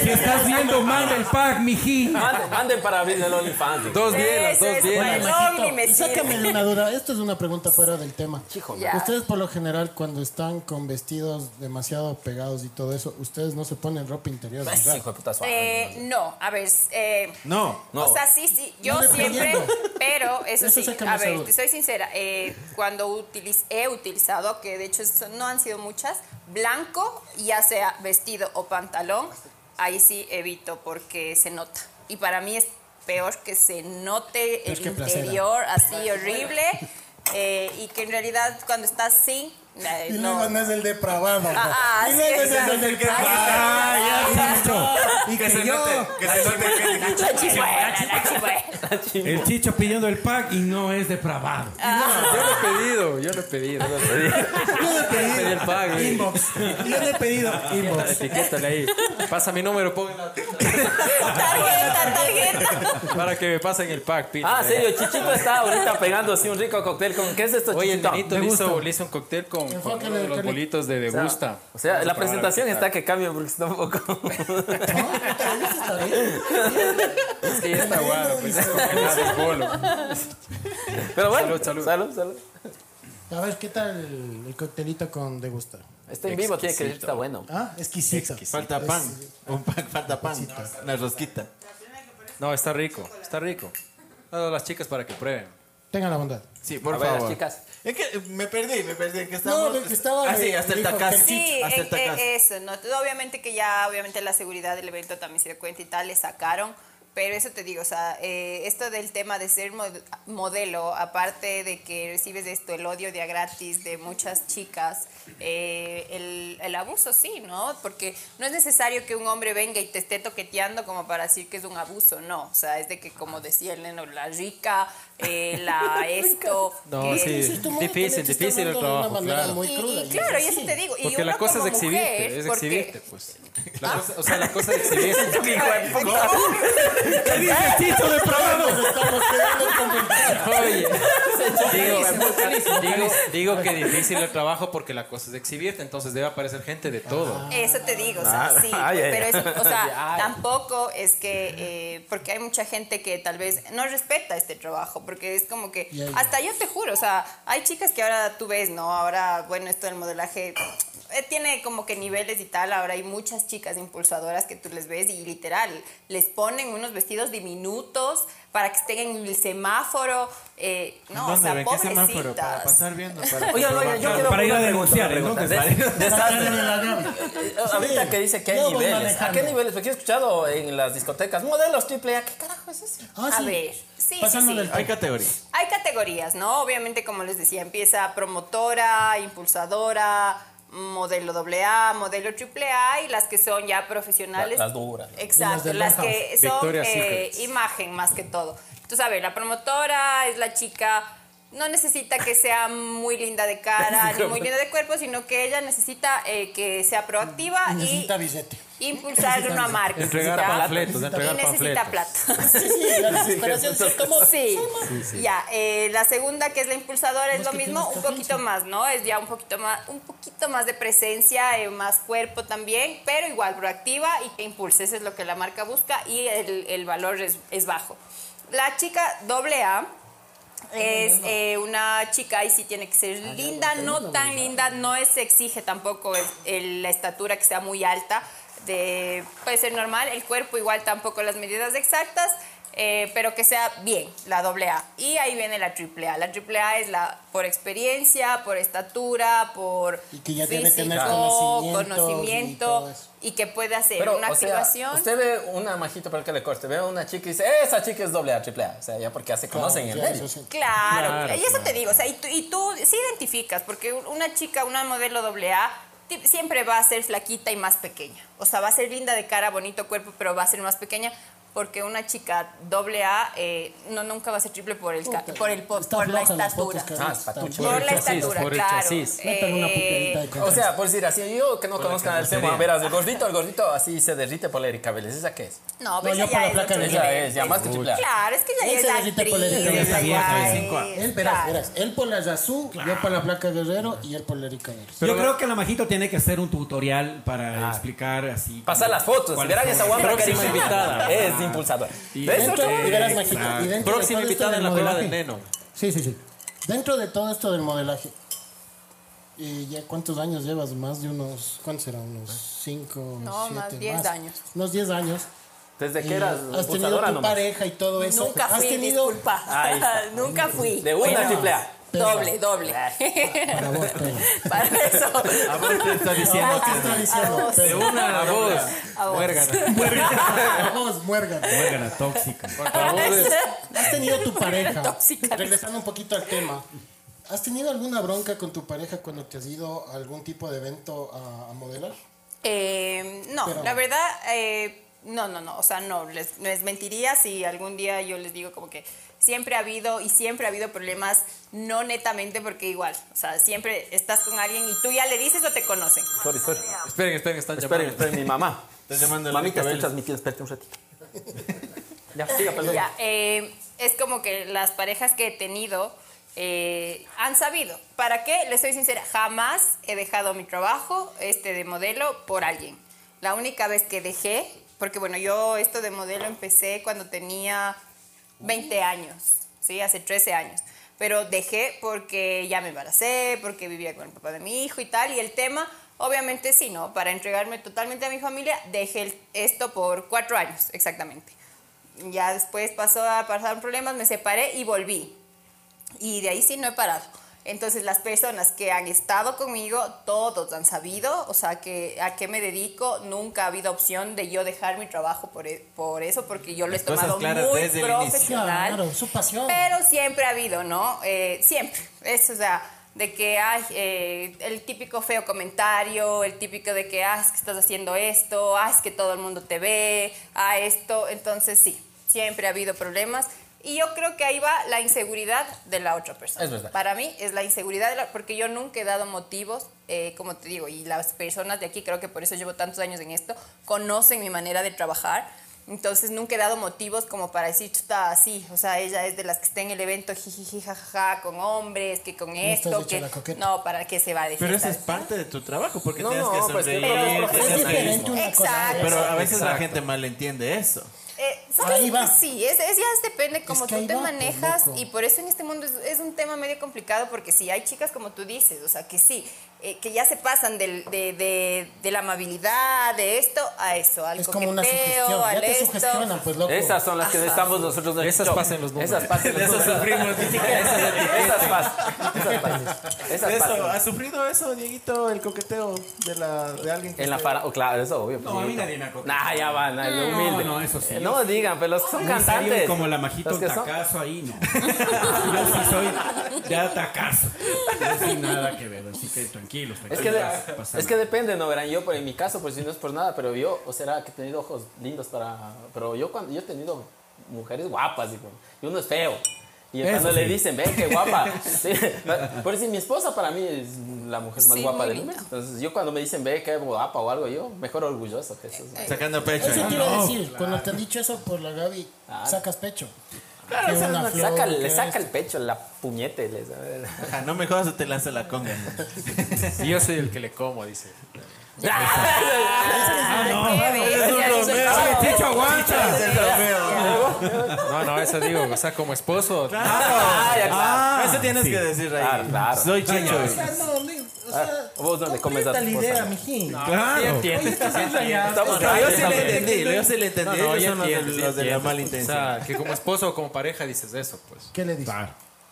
Si estás viendo, manda el pack, mijín. Ah. Manden, manden para abrir el OnlyFans. Dos bielas, Eso es dos bielas. bueno. Majito, No, ni me sirve. sácame de una duda. Esto es una pregunta fuera del tema. Ya. Ustedes por lo general cuando están con vestidos demasiado pegados y todo eso, ustedes no se ponen ropa interior, Ay, ¿verdad? hijo de puta suave. Eh, no, a ver, eh, No. No. o sea, sí, sí, yo No siempre, dependiendo. pero eso, Eso sí, sácame a esa ver, duda. te soy sincera, eh, cuando utiliz- he utilizado, que de hecho son- no han sido muchas, blanco, ya sea vestido o pantalón, ahí sí evito porque se nota. Y para mí es peor que se note Pero es el que placera. interior así horrible eh, y que en realidad cuando estás sin, Eh, Y no. luego no es el depravado. Ah, ah, y luego sí, no es el exacto. depravado. Ah, Ah, ya se mostró. Y que, se yo. note, que se note que es La chibuela, la chibuela. El chicho pidiendo el pack y no es depravado. Ah. Yo lo he pedido, yo lo he pedido. Yo lo he pedido. Yo le he Pedí el pedido. pago. eh. y- Inbox. Yo le he pedido inbox. Etiquétale ahí. Pasa mi número, pongan la Tarjeta, tarjeta. Para que me pasen el pack, pito. Ah, serio, Chichito está ahorita pegando así un rico cóctel con ¿qué es esto, Oye, el Chichito? Benito le hizo, le hizo un cóctel con, con Enfócale, uno de los Cali. bolitos de O sea, degusta. O sea, la Vamos a presentación probar a está que cambia porque está un poco. No, pero eso está bien. ver. Sí, está guaro, pues es como que nada de bolo. Pero bueno, Salud, salud. salud. salud. A ver, ¿qué tal el, el coctelito con degusta? Está en vivo, tiene que decir, está bueno. Ah, exquisito. Falta pan. Un pan, falta pan. Una rosquita. No, está rico, está rico. Dale a las chicas para que prueben. Tengan la bondad. Sí, por A ver, las favor. chicas. Es que eh, me perdí, me perdí. Que No, estamos... lo que estaba. Ah, sí, hasta el dijo, tacazo. Sí, Hasta el eh, tacazo. eh, eso, ¿no? Tú, Obviamente que ya, obviamente la seguridad del evento también se dio cuenta y tal, le sacaron. Pero eso te digo, o sea, eh, esto del tema de ser mod- modelo, aparte de que recibes esto, el odio de a gratis de muchas chicas, eh, el, el abuso sí, ¿no? Porque no es necesario que un hombre venga y te esté toqueteando como para decir que es un abuso, no. O sea, es de que, como decía el neno, la rica, eh, la esto. No, que- sí. Todo el mundo Difícil, también te está difícil el hablando trabajo, De una manera claro. muy Y- cruda. y, claro, y sí. eso te digo. Y Porque la uno cosa es como exhibirte, mujer, es porque- exhibirte, pues. La cosa- o sea, la cosa es exhibirte. Nos estamos quedando con el Oye, digo, digo, digo que difícil el trabajo porque la cosa es exhibirte, entonces debe aparecer gente de todo. Eso te digo, o sea, sí, pero eso, o sea, tampoco es que, eh, porque hay mucha gente que tal vez no respeta este trabajo, porque es como que, Ya, ya. hasta yo te juro, o sea, hay chicas que ahora tú ves, ¿no? Ahora, bueno, esto del modelaje eh, tiene como que niveles y tal, ahora hay muchas chicas impulsadoras que tú les ves y literal, les ponen unos vestidos diminutos para que estén en el semáforo, eh, no, o sea, pobrecitas. Para pasar viendo. Para Oigan, oigan, yo quiero. Para ir a una negociar, pregunta, entonces, pregunta. De- de desastre. la gama. Eh, Ahorita que dice que hay Yo voy niveles. ¿A qué manejando. niveles? Porque he escuchado en las discotecas modelos triple A. ¿Qué carajo es eso? Ah, A sí. ver, sí, Pasando sí, sí. del Hay categorías. Hay categorías, ¿no? Obviamente, como les decía, empieza promotora, impulsadora, modelo AA, modelo AAA y las que son ya profesionales. La- las duras. Exacto, Y las, las del que son Victoria's eh, imagen más que todo. Entonces, a ver, la promotora es la chica... No necesita que sea muy linda de cara, ni muy linda de cuerpo, sino que ella necesita eh, que sea proactiva Y y necesita billete. impulsar necesita una billete. marca. Entregar ¿ya? panfletos, Y entregar necesita panfletos. plata. Sí, sí, la desesperación sí es como. Sí. Ya, eh, la segunda que es la impulsadora es Los lo que mismo, tienen un poquito presencia. más, ¿no? Es ya un poquito más, un poquito más de presencia, eh, más cuerpo también, pero igual proactiva y que impulse, eso es lo que la marca busca y el, el valor es, es bajo. La chica doble A es eh, una chica y sí tiene que ser Ah, linda, no tan linda, no es- se exige tampoco es- el- la estatura que sea muy alta, de, puede ser normal, el cuerpo igual tampoco las medidas exactas, eh, pero que sea bien, la doble A. Y ahí viene la triple A. La triple A es la por experiencia, por estatura, por Y que ya debe tener físico, conocimientos y todo conocimiento eso. y, que puede hacer Pero, una o sea, activación. usted ve una majito para que le corte, ve a una chica y dice, esa chica es doble A, triple A. O sea, ya porque ya se conocen en el Ya, medio. eso sí. Claro, Claro, y eso te digo, o sea, y tú, y tú sí identificas, porque un- una chica, una modelo doble A, ti- siempre va a ser flaquita y más pequeña. O sea, va a ser linda de cara, bonito cuerpo, pero va a ser más pequeña. Porque una chica doble A eh, no nunca va a ser triple por el ca- por el po- Está por la floja las fotos estatura. que Ah, hacen. es patucha. Está Por, bien. la estatura, por el claro. chasis. Métale una Eh, puterita de coca. O sea, por decir así, yo que no conozco nada del tema, verás, el gordito, el gordito así se derrite por la Erika Vélez. ¿Esa qué es? no, No, pero yo por esa ya la es placa otro de Esa nivel. es, ya más que triple A. Claro, es que ya Él es se necesita actriz. por el- esa esa ya vieja de es- cinco a- ¿eh? Él, verás, claro. verás. Él por la Yazú, yo por la placa Guerrero y él por la Erika Guerrero. Yo creo que la majito tiene que hacer un tutorial para Ah. explicar así. Pasar las fotos, ¿Cuál verán es? esa guapa que Próxima dice, invitada. Es impulsadora. ¿Ves? Dentro, Otra- y verás, Majito, y dentro de Próxima todo esto invitada en la del cueva del modelaje- neno. Sí, sí, sí. Dentro de todo esto del modelaje, ¿y ya cuántos años llevas? Más de unos, ¿cuántos serán? Unos 5, No, más 10 años. Unos 10 años. Desde Y que eras has tenido impulsadora tu nomás. pareja y todo eso. Nunca has fui, tenido disculpa. Ahí está. Nunca fui. De una triple A. Doble, doble. para vos, pero. Para eso. A vos te está diciendo ¿Qué está diciendo? De Pedro? una a vos. A vos. Muérgana. A vos, muérgano. Oiga, la tóxica. Por favor, es- Has tenido tu pareja. Tóxica. Regresando un poquito al tema. ¿Has tenido alguna bronca con tu pareja cuando te has ido a algún tipo de evento a, a modelar? Eh, no, Pero- la verdad, eh, no, no, no. O sea, no, les, les mentiría si algún día yo les digo como que siempre ha habido y siempre ha habido problemas, no netamente porque igual, o sea, siempre estás con alguien y tú ya le dices o te conocen. Sorry, sorry. Esperen, esperen, están Esperen, llamando. esperen, mi mamá. llamando a la Mamita, estoy Isabel. transmitiendo, espérate un ratito. Ya, siga, perdón. Ya, eh, es como que las parejas que he tenido eh, han sabido. ¿Para qué? Les soy sincera, jamás he dejado mi trabajo este de modelo por alguien. La única vez que dejé, porque bueno, yo esto de modelo empecé cuando tenía 20 años, ¿sí? Hace 13 años. Pero dejé porque ya me embaracé, porque vivía con el papá de mi hijo y tal. Y el tema, obviamente sí, ¿no? Para entregarme totalmente a mi familia, dejé el- esto por cuatro años, exactamente. Ya después pasó a pasar problemas, me separé y volví. Y de ahí sí no he parado. Entonces las personas que han estado conmigo, todos han sabido, o sea, que a qué me dedico, nunca ha habido opción de yo dejar mi trabajo por, e- por eso, porque yo lo he Las cosas tomado claras muy desde el inicio. profesional. Claro, su pasión. Pero siempre ha habido, ¿no? Eh, siempre. Es, o sea, de que hay eh, el típico feo comentario, el típico de que, ah, es que estás haciendo esto, ah, es que todo el mundo te ve, ah, esto. Entonces, sí, siempre ha habido problemas. Y yo creo que ahí va la inseguridad de la otra persona. Es verdad. Para mí es la inseguridad, de la- porque yo nunca he dado motivos, eh, como te digo, y las personas de aquí, creo que por eso llevo tantos años en esto, conocen mi manera de trabajar. Entonces nunca he dado motivos como para decir, chuta, así, o sea, ella es de las que está en el evento, jijiji, jajaja, con hombres, que con estás esto, hecha que... la coqueta. No, ¿para qué se va a decir? Pero eso es parte de tu trabajo, porque No, tienes no, que pues, sonreír. pero- tienes que pero es ser feliz. diferente una cosa. a Exacto. otra. Pero a veces la Exacto. gente malentiende eso. Eh, ¿sabes? Ahí va. Sí, es, es- ya depende como que ahí tú te va, pues, manejas loco. y por eso en este mundo es, es un tema medio complicado porque sí, hay chicas como tú dices, o sea, que sí, eh, que ya se pasan del- de, de- de la amabilidad, de esto a eso, al es como coqueteo, una sugestión. Ya al te esto. sugestionan, pues loco. Esas son las que Ajá. estamos nosotros en el Esas show. pasen los números. Esas pasen los números. Esas pasan. Esas pasan. Esas Eso, pasan. ¿Has sufrido eso, Dieguito, el coqueteo de, la, de alguien que En la esté- para... oh, claro, eso obvio. No, a mí nadie me ha coqueteado. Nah, ya van, no, humilde. no, eso sí. Eh, No digan, pero los que son En serio, cantantes. Como la majito Los que son- tacazo ahí, no. Yo sí soy de atacazo. No sin nada que ver, así que tranquilos, Es que, tranquilos. de- pasa es que depende, ¿no? Verán, yo, por en mi caso, pues si no es por nada, pero yo, o será que he tenido ojos lindos para. Pero yo cuando yo he tenido mujeres guapas, digo, y uno es feo. Y cuando le dicen, ven, qué guapa. sí, por si mi esposa para mí es la mujer más Sí, guapa muy del linda. mundo. Entonces, yo cuando me dicen, ve, qué guapa o algo, yo mejor orgulloso que eso. Sacando pecho. Eso ¿eh? te iba a decir. Cuando te han dicho eso por la Gaby, sacas pecho. Que una flor, Ah, Saca, le que saca el pecho, la puñete. les- Ajá, Ah, no me jodas o te lanza la conga. Y yo soy el que le como, dice. Chicho, aguanta. No, no, eso digo, o sea, como esposo. Ah, ya, claro. eso tienes que decir, Ray. Claro, claro. Soy chicho. O sea, no, ni- o sea, ¿Vos dónde comes a tu completa la esposa? idea, mijín. Claro. Estamos- No, yo sí Estamos- le entendí, yo sí le No, entendí. no, Ellos ya son los de, entiendo, ya los de la entiendo. mala O intención. sea, que como esposo o como pareja dices eso, pues. ¿Qué le dices?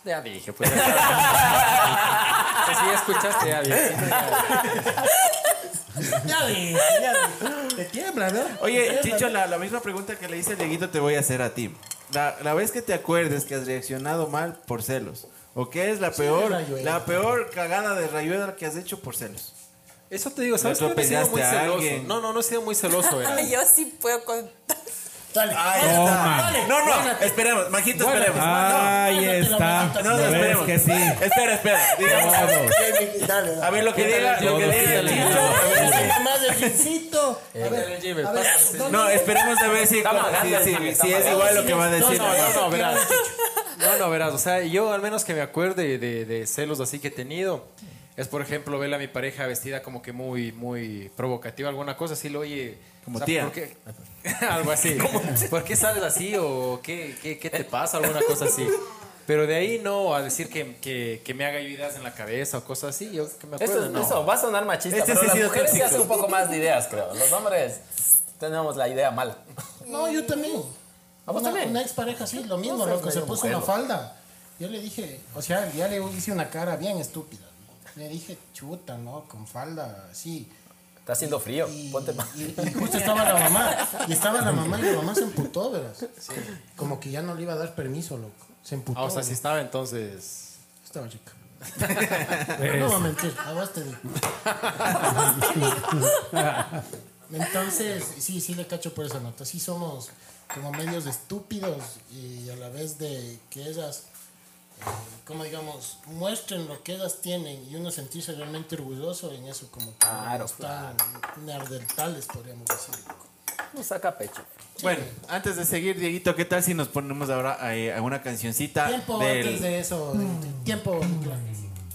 Ya dije, pues. Ya pues si ya escuchaste, ya dije. Ya vi, ya vi. Te tiembla, ¿no? Oye, Te tiembla, Chicho, la, la misma pregunta que le hice a Dieguito te voy a hacer a ti. La, la vez que te acuerdes que has reaccionado mal por celos, ¿o qué es la peor, Rayuela. la peor cagada de rayuela que has hecho por celos? Eso te digo, ¿sabes Le que no he sido muy atropellaste a celoso? alguien. No, no, no he sido muy celoso. era. Yo sí puedo contar. Dale. Toma. Dale. No, no, esperemos, Majito, esperemos. ah, Ah, Ahí está. No, no, ¿Ves esperemos. que sí? Espera, espera. digamos. Dale, dale. A ver lo que diga, lo que Todos diga tienen Chicho. Dale más del jeansito. A ver, El Jimmy, a ver, pasa. ¿dónde- No, esperemos a ver si, Está si, bajando el si- Jimmy, está si es bajando. igual lo que va a decir. No, no, no, verás. No, no, verás. O sea, yo al menos que me acuerde de, de celos así que he tenido. Es, por ejemplo, ver a mi pareja vestida como que muy, muy provocativa, alguna cosa así, lo oye. Como tía. ¿por qué? Algo así. ¿Por qué sales así o qué, qué, qué te pasa? Alguna cosa así. Pero de ahí no a decir que, que, que me haga ideas en la cabeza o cosas así. Yo que me acuerdo, Eso, no. eso va a sonar machista, Este pero sí ha las sido mujeres se tóxico. hacen un poco más de ideas, creo. Los hombres tenemos la idea mala. No, yo también. ¿A vos una, también? Una expareja, sí, lo mismo, No seas loco. Se medio puso mujer, una loco. falda. Yo le dije, o sea, ya le hice una cara bien estúpida. Le dije, chuta, ¿no? Con falda, así. Está haciendo frío, Y, ponte más. y- y justo estaba la mamá. Y estaba la mamá y la mamá se emputó, verás. Como que ya no le iba a dar permiso, loco. Se emputó. Ah, o sea, güey. si estaba entonces. Estaba chica. No voy a mentir, a vos te digo. Entonces, sí, sí le cacho por esa nota. Sí somos como medios de estúpidos y a la vez de que ellas, eh, como digamos, muestren lo que ellas tienen y uno sentirse realmente orgulloso en eso, como que Claro, nos tan neandertales, podríamos decir. No saca pecho. Bueno, antes de seguir, Dieguito, ¿qué tal si nos ponemos ahora eh, a una cancioncita Tiempo del- antes de eso, eh, tiempo.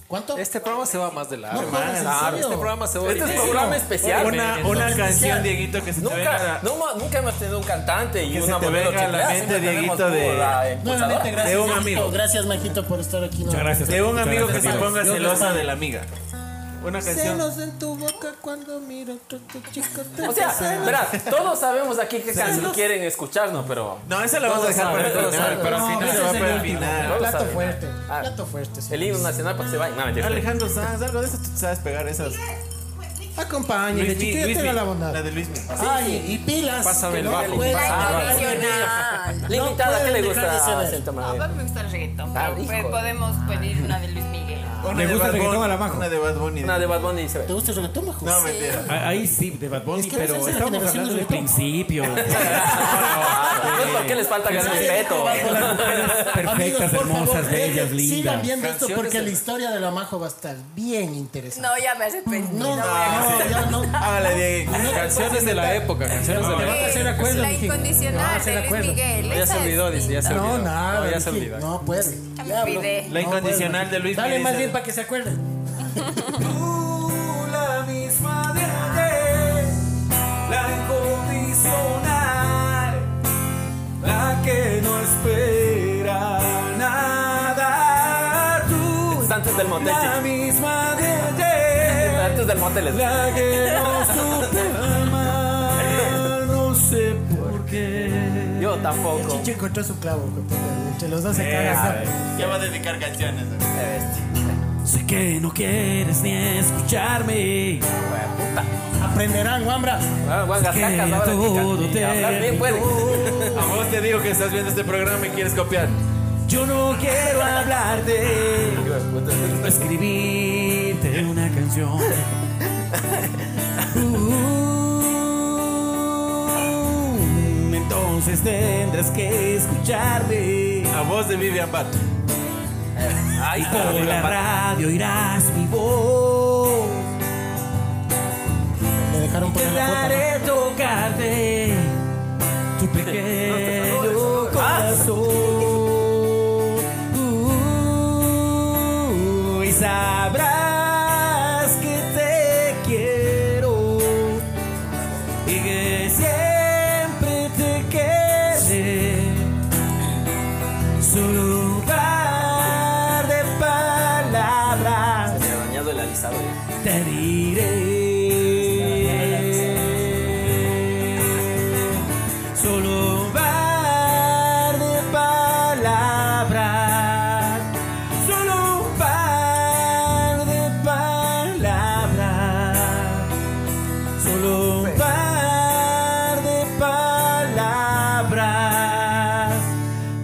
¿Cuánto? Este programa se va más de largo. No jodas, ¿en Claro, serio? este programa se va Este es ahorita. programa especial. Una, una canción, Dieguito, que se te venga Nunca, a la- no ma- nunca hemos tenido un cantante y Que se una te modelo venga a la chilena. mente, Siempre tenemos Dieguito, de- tú, la impulsadora. Nuevamente, gracias. De un Majito. amigo. Gracias, Majito, por estar aquí. Muchas gracias. de un Muchas amigo que gracias, se amigos. ponga Dios les celosa pague. de la amiga. Una canción. Celos en tu boca cuando miro tu, tu chico. O sea, verás, todos sabemos aquí qué canción quieren escucharnos, pero No, esa la vamos a Todos dejar para el final. saben, todos Pero al saben. final No, va ese es para el el final. último. Plato saben. fuerte. Ah. Plato fuerte. sí. el himno nacional para que se vaya. No, mentira. Alejandro Sanz, algo de eso tú sabes pegar esas. Acompáñeme, Luismi, chiquito, Luismi, tenga la La bondad. de Luis Ay, y pilas. Pásame que el no bajo. pueden Pásame dejar de Tradicional. La No invitada, ¿qué le pueden dejar de gusta? Ah, saber. Santa A María? mí me gusta el reggaetón, Ah, pero pues hijo. podemos pedir una de Luis Miguel. Una ¿Le de gusta Bad el reggaetón Bunny, a la Majo? Una de Bad Bunny. Una de Bad Bunny y se ¿Te ve. gusta el reggaetón, Majo? No, mentira. Ah, Ahí sí, de Bad Bunny, Es que no pero sé si la estamos generación hablando del del principio. ¿Ves por qué les falta ganar respeto? Perfectas, hermosas, bellas, Sigan lindas. viendo esto Canciones porque de- la historia de la Majo va a estar bien interesante. No, ya me arrepentí. No, no, voy a- ya no. Hágale, Diego. Canciones de la época, canciones de la época. vas a hacer acuerdo, La dije. Te incondicional vas a hacer de Luis acuerdo. Miguel. Ya esa se es olvidó, dice, ya se linda. olvidó. No, nada. No, ya se dije, olvidó. No, pues. Ya me ya hablo. olvidé. La No, pues, incondicional de Luis Dale Miguel, más dice. bien para que se acuerden. Tú la misma de ayer, la incondicional, la que no espera nada. Tú Antes del motel, la chicos. misma de ayer, Antes del motel. les- la que no supo amar, no sé por qué. Yo El tampoco. chiche encontró su clavo. güey, puta, Entre los dos se cagan. Ya va a dedicar canciones. ¿no? Sé que no quieres ni escucharme. Aprenderán, Wambra. Ah, Juan Gascacas, ahora sí, todo Ni hablar bien puede. A vos te digo que estás viendo este programa y quieres copiar. Yo no quiero hablarte, o escribirte una canción. Uh, entonces tendrás que escucharme. A vos de Vivian Bat. Ahí está. Por la mira, pa- radio irás mi voz. Le dejaron poner la cuota. Intentaré tocarte tu pequeño ¡Ah! corazón Uh, y sabrás que te quiero y que siempre te quede solo un par de palabras Me ha dañado el alisado ya. te diré. Solo un par de palabras. Solo un par de palabras. Solo un par de palabras.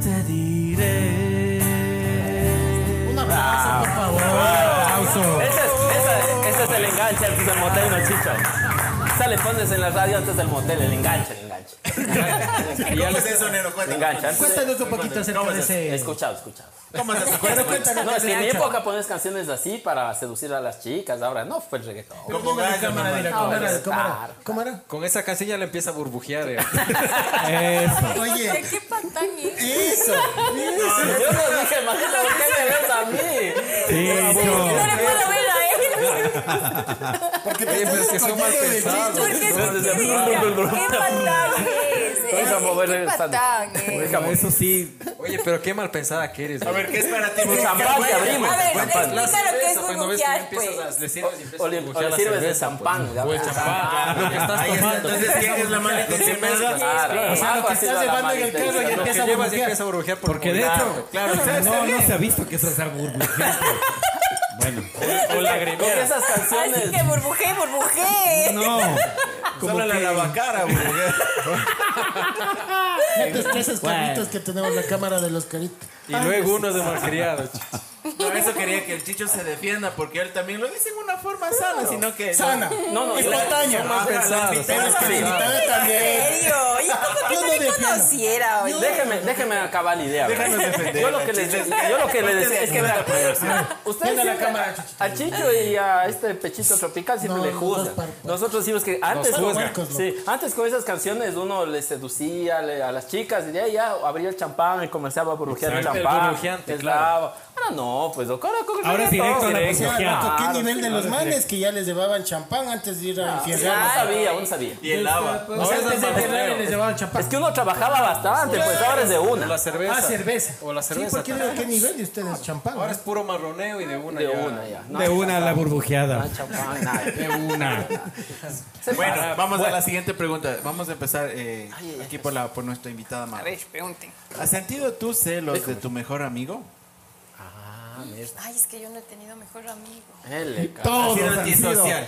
Te diré. Un abrazo, por favor. Aplauso. Ese es, esa- ese es el enganche antes del motel, no chicho. Esa le pones en la radio antes del motel, el enganche, el enganche. ¿Cómo es eso, Nero? El Cuéntame. enganche. antes- Cuéntanos un poquito acerca de ese. Escuchado, escuchado. ¿Cómo es eso? Cuéntame. No, es que en mi época pones canciones así para seducir a las chicas. Ahora no fue el reggaetón. Como gallo, Cámara, nomás. mira, ¿Cómo era? pues, ¿Cómo era? claro. ¿Cómo era? Con esa canción ya le empieza a burbujear. eh. Oye, ¿Qué ¿eh? pantán es? eso. Yo no dije, imagínate, ¿por qué me ves a mí? No le puedo ver a él. Porque Oye, pero es que son mal pensados. Porque es ¿Qué patán es? Vamos a mover ¿Qué el patán es? Déjame. Eso sí. Oye, pero qué mal pensada que eres. A ver, ¿qué es para ti? champán te abrimos. A ver, champán. explica lo que es Eso, pues, ¿no ves que ya burbujear, pues. empiezas a- le sirves y empiezas O a le, o burbujear le la sirves de cerveza, champán. Ah, ya pues. O el ves. champán. Lo que estás Ahí está, tomando. entonces, ¿quién es la mala Ah, intencionada? claro. O sea, lo que estás llevando en el carro y Lo que empieza a llevas ya burbujear. empieza a burbujear por Porque de ningún lado. hecho, Claro, ¿sabes? no, no se ha visto que eso sea burbujeante. Bueno, O Con lagrimera. esas Así canciones. que burbujé, burbujé. no. Solo la lavacara, güey. No te estreses, Carlitos, que tenemos la cámara de los caritos. Y luego uno es de malcriado. chicho. Por eso quería que el Chicho se defienda, porque él también lo dice en una forma sana, sino que. Sana. No, no, yo- espontánea. Ah, más pensados, Tienes que son más invitarme ¿En también. serio? Yo como que Yo no no me defiendo. conociera hoy. Déjeme, déjeme acabar la idea. ¿verdad? Déjanos defender. Yo lo que les decía, yo lo que les decía es que vean, ustedes Venga la siempre- cámara, Chichito. a Chicho y a este pechito tropical siempre No, le no, juzgan. no, par- par- Nosotros decimos que antes, Nos juzgan. sí, antes con esas canciones uno le seducía le- a las chicas y ya, ya abría el champán y comenzaba a burbujear el Exacto. El champán. burbujeante, el claro. claro. Ahora no, pues loco, ahora con el Ahora es reggaetón, directo a la O sea, Claro, loco, ¿qué nivel de los claro, manes que ya les llevaban champán antes de ir a Sí, infierno? Aún sabía, aún sabía. Y el lava. O sea, antes de entrar les llevaban champán. Es que uno trabajaba bastante, pues ahora es de O una. la cerveza. Ah, cerveza. O la Sí, cerveza. porque digo, ¿qué nivel de ustedes champán? Ahora es puro marroneo y de una De ya. una ya. No, De una a la burbujeada. no, Ah, champán, nada. De una. Se Bueno, para. vamos a la siguiente pregunta. Vamos a empezar eh, aquí por, la, por nuestra invitada A Mar. ver, pregunten. ¿Has sentido tú celos de tu mejor amigo? Ay, es que yo no he tenido mejor amigo. Ele, cara. Todos Sido han sido. antisocial.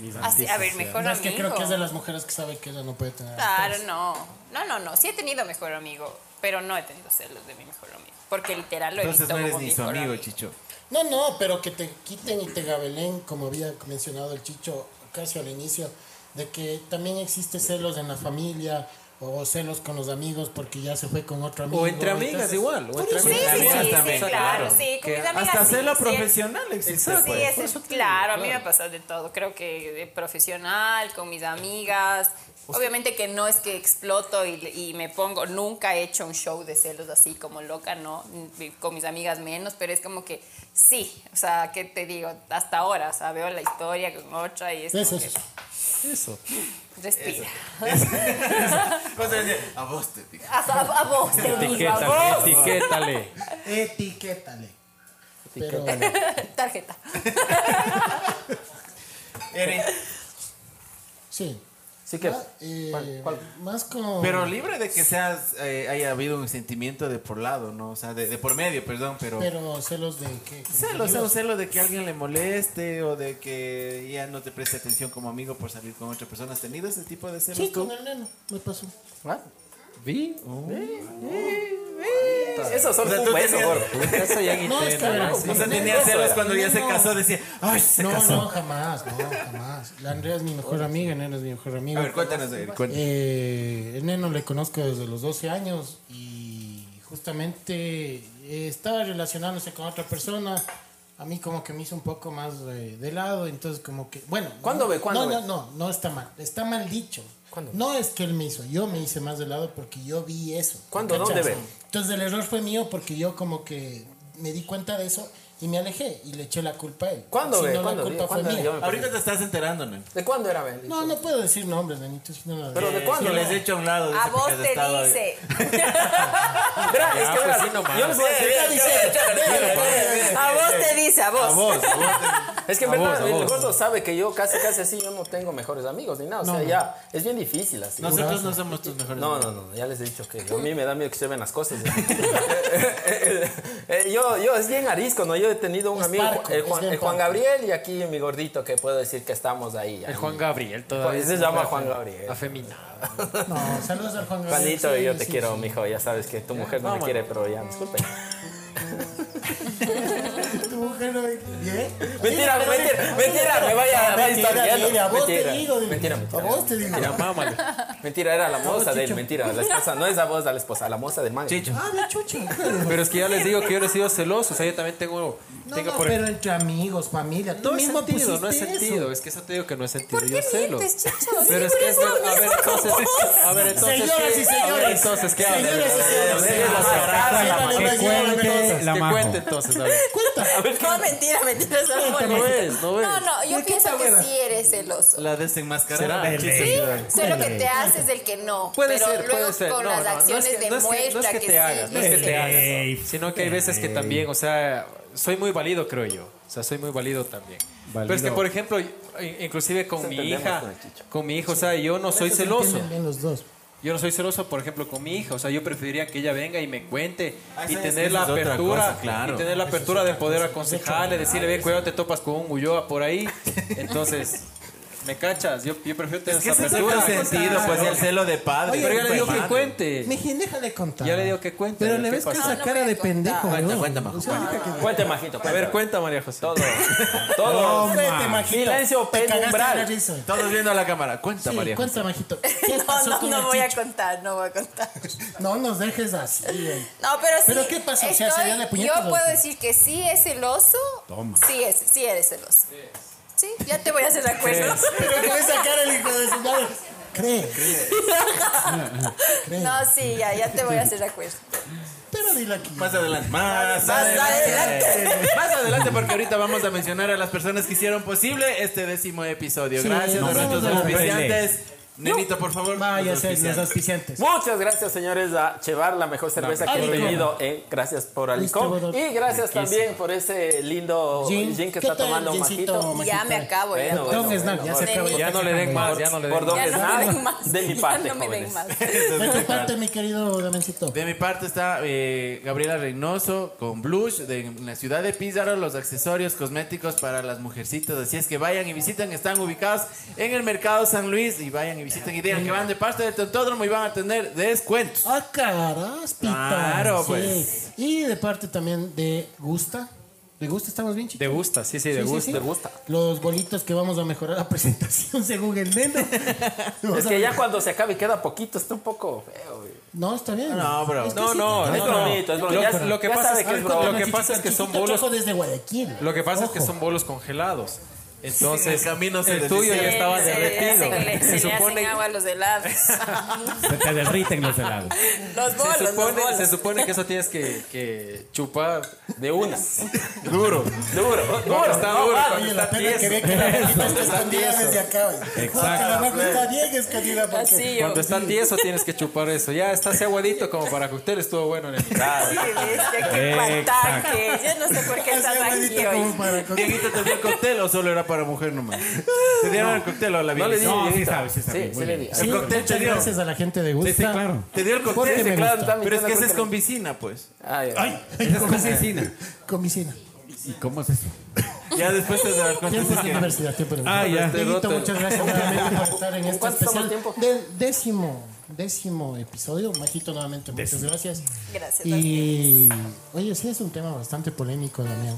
Eh, Así, a ver, mejor No, es amigo. que creo que es de las mujeres que sabe que ella no puede tener. Claro, no. No, no, no. Sí he tenido mejor amigo, pero no he tenido celos de mi mejor amigo. Porque literal lo he Entonces visto no eres como ni mi su mejor amigo, amigo. Chicho. No, no, pero que te quiten y te gabelen, como había mencionado el Chicho casi al inicio, de que también existe celos en la familia o celos con los amigos porque ya se fue con otro amigo. O entre amigas entonces- igual. O Sí, entre sí, amigas sí, amigas sí, también. claro, sí, con Que mis amigas Hasta sí, celo sí, profesional existe. Sí, pues. ese es claro, a mí me ha pasado de todo, creo que de profesional, con mis amigas, obviamente que no es que exploto y, y me pongo, nunca he hecho un show de celos así como loca, no, Y con mis amigas menos, pero es como que sí, o sea, ¿qué te digo? Hasta ahora, o sea, veo la historia con otra y es como Eso, que eso. Eso. respira. Vas a decir, A vos te dije. A, a- a vos, te digo, a Etiquétale, vos. etiquétale. Etiquétale. Pero, Tarjeta. sí. Sí que. Ah, eh, ¿Cuál- cuál? Más como... Pero libre de que seas, eh, haya habido un sentimiento de por lado, ¿no? O sea, de, de por medio, perdón, pero... pero celos de qué? Celo, celo, celo de que alguien le moleste o de que ya no te preste atención como amigo por salir con otra persona. ¿Has tenido ese tipo de celos Sí, tú? con el neno, me pasó. ¿Ah? Vi. uh. Ah, Eso solo un hueso, gordo. Eso ya ni No, es que pena, verás, sí. O sea, No, tenía no, celos no, cuando ya se no. casó, decía, ¡ay, se No, casó! no, jamás, no, jamás. La Andrea es mi mejor amiga, el neno es mi mejor amigo. A ver, cuéntanos. a ver, cuéntanos. Eh, el neno le conozco desde los 12 años y justamente eh, estaba relacionándose con otra persona. A mí como que me hizo un poco más eh, de lado, entonces como que, bueno. ¿Cuándo no, ve? ¿Cuándo no, ve? No, no, no está mal, está mal dicho. No es que él me hizo, yo me hice más de lado porque yo vi eso. ¿Cuándo? ¿Dónde ¿Cachas? ve? Entonces el error fue mío porque yo como que me di cuenta de eso y me alejé y le eché la culpa a él. ¿Cuándo Si ve? no, la ¿Cuándo? culpa fue ¿Cuándo? mía. Yo me perdí. Ahorita te estás enterando, Nen. ¿De cuándo era Ben? No, no puedo decir nombres, Benito. si no la- Pero ¿de cuándo? Cuando les he Verá, hecho a un lado. A dice, vos porque has te estado- dice. Ah, Ah, es pues que verás, yo les voy a decir- A vos te dice, a vos. Es que en A vos, verdad a el vos. gordo sabe que yo casi casi así yo no tengo mejores amigos ni nada, o sea, No, no. ya es bien difícil así. Nosotros no somos tus mejores No, no, no, ya les he dicho que a mí me da miedo que se ven las cosas. Eh, eh, yo, yo, es bien arisco, ¿no? Yo he tenido un Es amigo, parco, el es Juan, bien el Juan parco. Gabriel, y aquí mi gordito, que puedo decir que estamos ahí. El ahí. Juan Gabriel todavía. Pues se es llama afe- Juan Gabriel. Afeminado. No, saludos al Juan Gabriel. Juanito, Ah, Sí, yo sí, te sí. quiero, mijo, ya sabes que tu mujer no me vámonos. quiere, pero ya, disculpe. Tu Este mujer hoy. Bien. Mentira, mentira, mentira, me vaya, vaya a estar Mentira, viendo. mira, a vos te Mentira, digo. dile. mentira, A mentira. vos te digo. Ya, mámale. Mentira, era la moza de él, mentira. La esposa, no es la voz de la esposa, la moza del man. Chicho. Ah, la chucha. Pero es que ya les digo que yo no he sido celoso. O sea, yo también tengo. No, tengo no, por- pero entre amigos, familia. Tú No es mismo sentido, no es pusiste sentido. eso. Es que eso te digo que no es sentido. ¿Por yo qué celo. mientes, Chicho? Pero es Sí, que es por eso ver- a ver, mismo entonces, con vos. a ver, entonces, Señoras ¿qué? y A ver, señores. entonces, ¿qué hablas? Señoras y señores. A ver, la Sí, sacada, dale, Que pues, llévame cuente cosas. la Que majo. cuente entonces, a ver. Cuenta. No, mentira, mentira, eso no fue. No ves, no ves. No, no, yo pienso que sí eres celoso. La desenmascarada. ¿Será? Chiste. Sí, solo que Cuéntame. te haces el que no. Puede pero ser, luego puede ser. con No, las no, no es que- acciones no es que- demuestra no es que te sí hagas, no es que dices te hagas. Ey, Sino que hay veces que también, o sea, soy muy válido, creo yo. O sea, soy muy válido también. Pero es que, Válido. por ejemplo, in- inclusive con mi entendemos hija, con el Chicho. con mi hijo, o sea, yo no soy celoso. Entienden bien los dos. Yo no soy celoso, por ejemplo, con mi hija. O sea, yo preferiría que ella venga y me cuente Ah, y esa es- tener esa la es otra apertura, cosa, claro. y tener la apertura de poder aconsejarle, decirle, ve, cuidado, te topas con un Ulloa por ahí. Entonces, ¿Me cachas? Yo, yo prefiero tener Es que esa ese es el apertura. sentido, pues el celo de padre. Pero ya le digo que hermano. cuente. Mijin, déjale contar. Ya le digo que cuente. Pero le ¿Qué ves con pasa? esa No, no cara voy a de pendejo, contar. Cuenta, weón. cuenta, majo, cuenta. Cuente, majito. A ver, cuenta, María José. Todo. Todo. Cuente, majito. Silencio Te cagaste en la penumbral. risa. Todos viendo a la cámara. Cuenta, Sí, María. cuenta, majito. ¿Qué No, pasó no, con no el voy a chicho? contar, no voy a contar. No nos dejes así, güey. No, pero sí. ¿Pero qué pasó? O sea, estoy- ¿sería de puñetas Yo o puedo qué? decir que sí es celoso. Toma. Sí, es, sí eres celoso. Sí, ya te voy a hacer de acuerdo. Pero con esa cara el hijo de su madre. Cree. No, sí, ya, ya te voy a hacer de acuerdo. Pero dile aquí. Más adelante. Más Más adelante. Más adelante porque ahorita vamos a mencionar a las personas que hicieron posible este décimo episodio. Sí, Gracias no, a nuestros no, no, no. auspiciantes. Nenito, por favor. Vaya, los ser los auspiciantes. auspiciantes. Muchas gracias, señores, a Chevar, la mejor cerveza que he Alicón. bebido. eh, gracias por Alicón. Distribuidor. Y gracias también por ese lindo Gin. gin, que ¿Qué está tal, tomando gincito? Majito. Ya majito. me acabo. ya. Bueno, Don Snack, ya se bueno. acabó. este Ya no le den más, ya no le den Por don Ya no me Hernán, den más. de mi parte, ya no me den jóvenes. más. De tu parte, mi querido Damencito. De mi parte está eh, Gabriela Reynoso con Blush de en la ciudad de Pizarro, los accesorios cosméticos para las mujercitas. Así es que vayan y visiten, están ubicados en el mercado San Luis y vayan y visiten y digan que van de parte del Tontódromo y van a tener descuentos. Ah, caraspita. Claro, Sí. pues. Y de parte también de Gusta. ¿De Gusta estamos bien, chicos? Te gusta, sí, sí, de Sí, sí, gusta. sí. de gusta. Los bolitos que vamos a mejorar la presentación según el neno. Es que ya cuando se acabe y queda poquito, está un poco feo. güey. No, está bien. No, bro. Es que No, sí, no, está no, Es bien. no. bonito, es Lo- bonito. Ya- lo que ya pasa sabe es que que- es lo broma. que pasa es que son Chiquito bolos- Choco desde Guayaquil. Lo que pasa es que Ojo. son bolos congelados. En Entonces, el camino se el tuyo ya desliza. estaba Se le derretido. hacen- le- Se Se le supone hacen agua a los helados. Se te derriten los helados. Los bolos, Se los supone, bolos. se supone que eso tienes que, que chupar de una. Duro. Duro, Cuando duro. está duro, cuando Oye, la está pena que tieso. ve que la botita está escondida desde acá. güey. Porque la baja está bien escondida. Ah, porque- Así Ah, yo. Cuando está tieso tienes que chupar eso. Ya está así aguadito como para cóctel, estuvo bueno en el Sí, bestia, qué pataje. Yo no sé por qué Así estás abuelito aquí como hoy. para con- Dieguito te dio el cóctel o solo era para mujer nomás. Te dieron el cóctel o la No le Vicky? di- No, sí sabes, sí sabes. Sí, muy sí le bien. di. Sí, El cóctel te muchas dio. gracias a la gente de Gusta. Sí, sí, claro. Te dio el Porque cóctel. me claro, gusta. está mi Pero es cana que ese es porque- con vicina, pues. Ah, ya. Ay, esa es cocina. Comicina. ¿Y cómo es eso? Ya después te darás cuenta. Tiempo es de que- universidad, tiempo de Ah, universidad. ya. Dieguito, muchas gracias nuevamente por estar en este ¿Cuánto toma el especial tiempo? del décimo, décimo episodio. Majito, nuevamente, muchas gracias. Gracias. Y, oye, sí es un tema bastante polémico, Damián.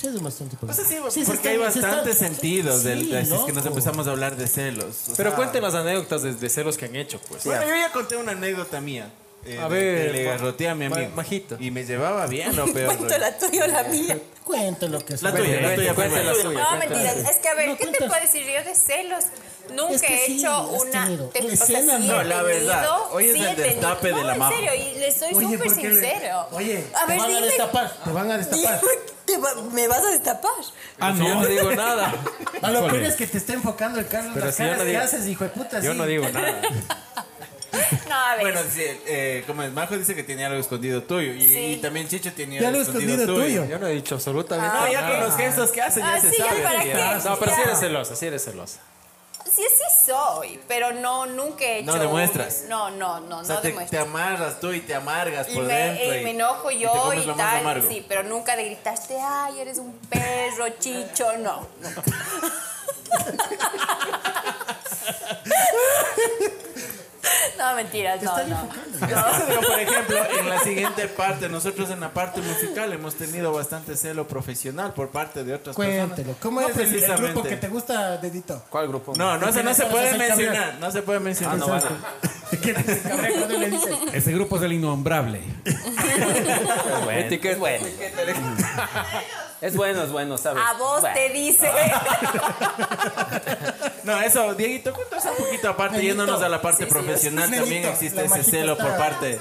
Sí es bastante polémico. Sí, se Pues Porque está- hay se está- bastantes sentidos del, Sí, de- si es que nos loco. empezamos a hablar de celos. O Pero sea, cuenten las anécdotas de, de celos que han hecho, pues. Bueno, yo ya conté una anécdota mía. eh, A de ver, que le ma- garroteé a mi ma- amigo. majito. Y me llevaba bien, lo peor. Cuento la tuya o la mía. Cuenta lo que es. La tuya, la tuya, Cuenten la primero. suya. No, mentira. Es que a ver, No, ¿qué te cuentas. puedo decir yo de celos? Nunca Es que he sí, hecho has una. tenido. te- Una o sea, sí escena, he no, la tenido, verdad. Hoy es sí el he tenido. destape de No, la majo. En serio, y le soy Oye, súper ¿por qué le- sincero. Oye, a te ver, van a dime. destapar, te van a destapar. Te va- ¿Me vas a destapar? Ah, Yo no. no digo nada. A lo peor es que te está enfocando el Carlos Pero las si yo caras no que digo- haces, hijo de puta. Yo sí. no digo nada. No, a ver. Bueno, sí, eh, como es Majo dice que tiene algo escondido tuyo. Y, Sí. y también Chicho tiene Ya algo lo escondido, escondido tuyo. Yo no he dicho absolutamente No, ya nada. con los gestos que hacen, ya Ah, se sí, ya sabe. para qué. No, pero sí Ya. eres celosa, sí eres celosa. Sí, sí soy, pero no, nunca he hecho. No demuestras. un- No, no, no, O sea, no te, te demuestro. amarras tú y te amargas Y por me, dentro. y me enojo te yo comes y lo más tal, amargo. sí, pero nunca de gritarte, ay, eres un perro, chicho, no. nunca. no, mentiras, no, no. Eso digo, por ejemplo, en la siguiente parte, nosotros en la parte musical hemos tenido bastante celo profesional por parte de otras Cuéntelo. personas. ¿Cómo No es el- el grupo precisamente. que te gusta, Dedito? ¿Cuál grupo? No, no, se, no se puede mencionar. No se puede Ah, mencionar. no, bueno. ¿Qué dices, cabrón? ¿Cuándo le dices? Ese grupo es el innombrable. Etiqueta. Es bueno, es bueno, ¿sabes? A vos Bueno. te dice. No, eso, Dieguito, cuéntanos un poquito aparte, Nenito. yéndonos a la parte Sí, sí, profesional. sí. También Nenito, existe la ese majita celo por está- parte.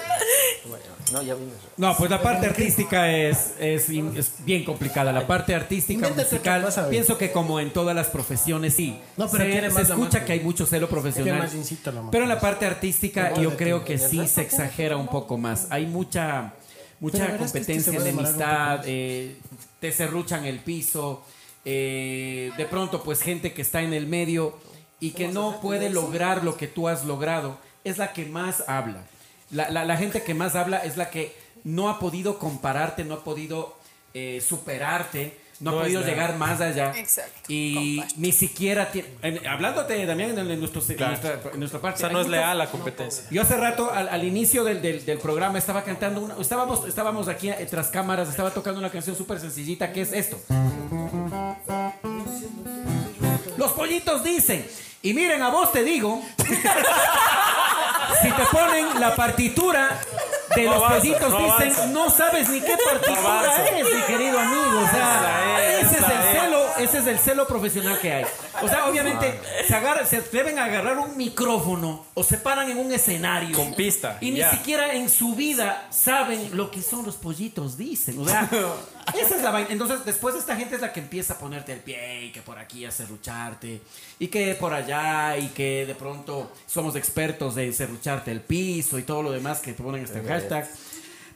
No, ya vine. No, pues la parte artística es, es, in- es bien complicada. La parte artística Invéntate musical, otra cosa, güey. pienso que como en todas las profesiones, sí. No, pero se, quiere se más la escucha mano. que hay mucho celo Quiere profesional. más incito la mano. Pero en la parte artística yo de creo que sí se exagera un poco más. Hay mucha, mucha Pero verás que este se competencia va a de demorar un poco amistad, eh, te cerruchan el piso. eh, de pronto, pues gente que está en el medio y que no puede lograr lo que tú has logrado es la que más habla. La, la- la gente que más habla es la que no ha podido compararte, no ha podido eh, superarte, no, No ha es podido la- llegar más allá. Exacto, Y comparto. ni siquiera tiene. en- hablándote también en, en nuestro- en Claro. nuestra, en nuestra parte. O sea, no es Añitos, leal la competencia. yo hace rato, al, al inicio del, del- del programa, estaba cantando una. Estábamos, estábamos aquí eh, tras cámaras, estaba tocando una canción súper sencillita que es esto. Los pollitos dicen. Y miren, a vos te digo. si te ponen la partitura de No los avanza, pollitos no dicen, avanza. no sabes ni qué partitura avanza. es, mi querido amigo. O sea, Esa es, ese es esa el es. celo, ese es el celo profesional que hay. O sea, obviamente se, agarra- se deben agarrar un micrófono o se paran en un escenario. Con pista, Y ya. ni siquiera en su vida saben lo que son los pollitos, dicen. O sea, esa es la vaina. Entonces, después esta gente es la que empieza a ponerte el pie y que por aquí a serrucharte y que por allá y que de pronto somos expertos de serrucharte el piso y todo lo demás que ponen este hashtag.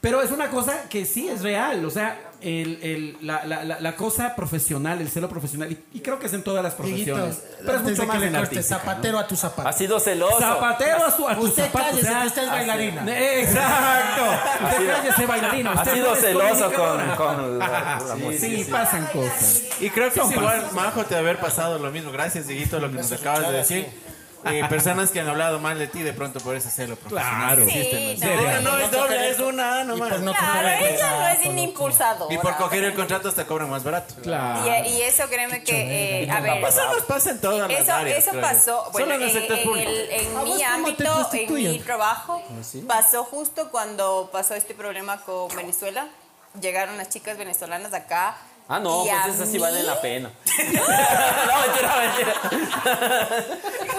Pero es una cosa que sí es real, o sea, el- el- la, la- la- la cosa profesional, el celo profesional, y, y creo que es en todas las profesiones, Amiguitos, pero es antes mucho de que más le en la corte, artística, ¿no? zapatero a tu zapato. Ha sido celoso. Zapatero a su, a tu Usted zapato, cállese, o sea, que usted es bailarina. eh, Exacto. Usted cállese bailarina. Ha usted no sido es celoso con, comunicadora. con la, la música. Sí, pasan cosas. Y creo que es Son igual, Majo, te haber pasado lo mismo. Gracias, Dieguito, lo que nos acabas de decir. Eh, personas que han hablado mal de ti de pronto por ese celo profesional. Claro. Sí, no. No, no, es doble, es una Y nomás. por no Claro, coger el ella no es contrato, ni loco. impulsadora. Y por coger el contrato hasta cobran más barato. Claro. Y, y eso créeme que, eh, a ver, Eso nos pasa en todas las Eso, áreas. eso creo yo. pasó, bueno, Solo en en, el sector en público. el- en ¿A vos cómo mi te ámbito, en mi prostituyen? trabajo, ¿Ah, pasó justo cuando pasó este problema con Venezuela. Llegaron las chicas venezolanas acá. Ah, no, y a pues esas sí valen mí- la pena. no, mentira, mentira.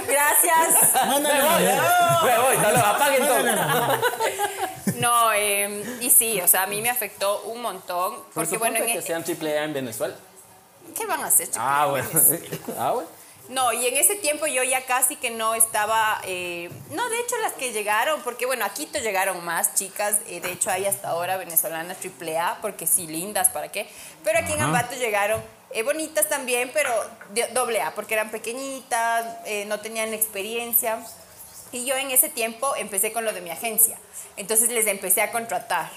Gracias. Mándale, mándale. Me voy, dale, apaguen todo. No, eh, y sí, o sea, a mí me afectó un montón. Por Porque bueno, supuesto en- e que sean triple A en Venezuela. ¿qué van a hacer, chicos? Ah, bueno. Ah, bueno. No, y en ese tiempo yo ya casi que no estaba, eh, no, de hecho las que llegaron, porque bueno, a Quito llegaron más chicas, eh, de hecho hay hasta ahora venezolanas triple A, porque sí, lindas, ¿para qué? Pero aquí en Ambato llegaron eh, bonitas también, pero de- doble A, porque eran pequeñitas, eh, no tenían experiencia. Y yo en ese tiempo empecé con lo de mi agencia, entonces les empecé a contratar.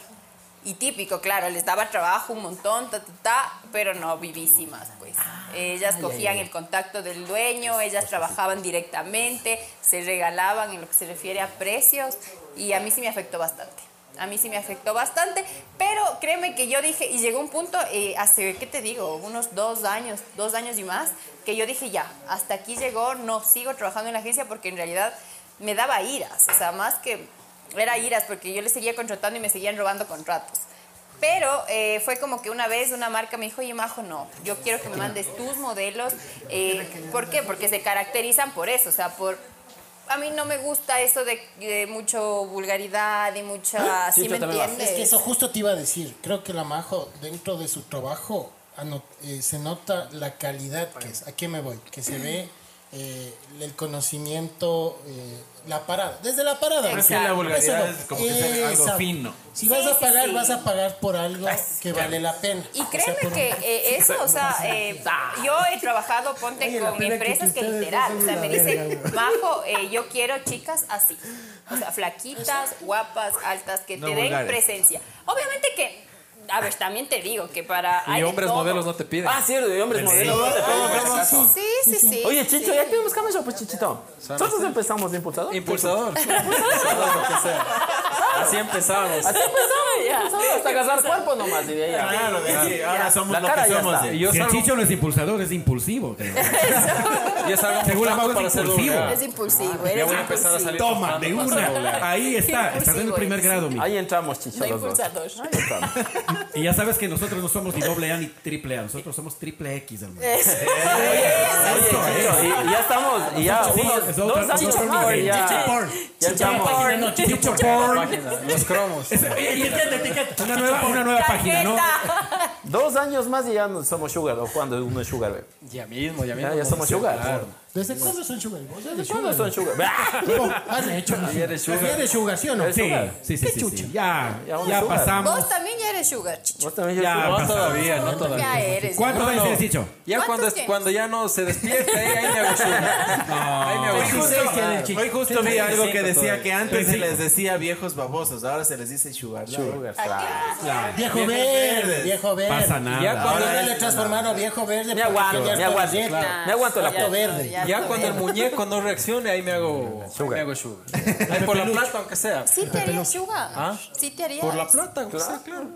Y típico, claro, les daba trabajo un montón, ta, ta, ta, pero no vivísimas, pues. ellas cogían el contacto del dueño, ellas trabajaban directamente, se regalaban en lo que se refiere a precios, y a mí sí me afectó bastante. A mí sí me afectó bastante, pero créeme que yo dije, y llegó un punto, eh, hace, ¿qué te digo? Unos dos años, dos años y más, que yo dije, ya, hasta aquí llegó, no sigo trabajando en la agencia porque en realidad me daba iras, o sea, más que era iras porque yo les seguía contratando y me seguían robando contratos. Pero eh, fue como que una vez una marca me dijo, oye Majo, no, yo quiero que me mandes tus modelos. eh, ¿Por qué? Porque se caracterizan por eso, o sea, por... A mí no me gusta eso de, de mucho vulgaridad y mucha... ¿Sí Sí, me yo también lo- entiendes? Es que eso justo te iba a decir. Creo que la Majo, dentro de su trabajo, ano- eh, se nota la calidad que es. ¿A qué me voy? Que se ve eh, el conocimiento, eh, la parada. Desde la parada. Pero Es que la vulgaridad Eso no. es como que es algo Exacto. fino. Si Sí, vas a sí, pagar, sí. vas a pagar por algo que vale la pena. Y O sea, créeme por un- que eh, eso, o sea, eh, yo he trabajado, ponte, Oye, la con pena es que empresas que, ustedes literal, no o son sea, la me dicen, verga, Majo, eh, yo quiero chicas así, o sea, flaquitas, guapas, altas, que No te den vulgares. presencia. Obviamente que, a ver, también te digo que para... hay Y de hombres todo. modelos no te piden. Ah, cierto, de hombres modelos. no te pegan caso. Sí, sí, sí. Oye, Chicho, sí. ya tenemos camisa, pues, Chichito. Nosotros empezamos de impulsador. Impulsador. Impulsador, lo que sea. Así empezamos. Así empezamos, ya. Empezamos hasta agarrar cuerpo nomás y de ahí ya. Claro, de aquí, ahora somos La lo cara que ya somos. está. Y yo Si el salgo, chicho no es impulsador, es impulsivo. creo. yo salgo Según la Mago es para ser impulsivo. doble A. Es impulsivo, Ya eres voy a empezar a impulsivo. salir. Toma, de una. Ahí está. Impulsivo Estás en el primer eres. grado, mijo. Ahí entramos, Chicho, No los dos. impulsador. Y ya sabes que nosotros no somos ni doble A ni triple A. Nosotros somos triple X, Eh, hermano. Oye, Chicho, y, y ya estamos, y ya unos es dos otra- años otro más, nivel. ya, Chicho ya estamos. No, chicho porn. Los cromos. Una nueva, una nueva página, ¿no? Dos años más y ya no somos sugar, o cuando uno es sugar, babe. Ya mismo, ya mismo. Ya, ya somos sugar. ¿Desde cuándo son sugar? ¿Vos ¿Desde ¿Cuándo son sugar? sugar? ¿Has hecho? Sí, eres sugar. Sí eres sugar, sí o no? Eres Sí, sugar. sí, sí, Qué sí, chucha. sí. Ya, Ya vamos ya sugar. pasamos. Vos también ya eres sugar, chicho. Vos también Ya, ya. pues, No, pasa. todavía, no todavía. Ya eres. ¿Cuántos No, años no. tienes, Chicho? Ya ¿Cuántos cuando, es- tienes? cuando ya no se despierta, ahí, ahí me hago sugar. Ahí me hago Hoy sugar. justo- Hoy justo vi algo que decía que antes se Sí. les decía viejos babosos, ahora se les dice sugar. daddy. Viejo verde. Viejo verde. Eh, Pasa nada. Ya cuando- Ahora ya le transformaron a viejo verde. Me aguanto, porque ya me está aguanto. viejo. Claro. Me aguanto la puta. verde. Ya cuando el muñeco no reaccione, ahí me hago sugar. Me hago sugar. Ahí por la plata, aunque sea. Sí te haría sugar. ¿Ah? Sí te haría. Por la plata, aunque sea, claro.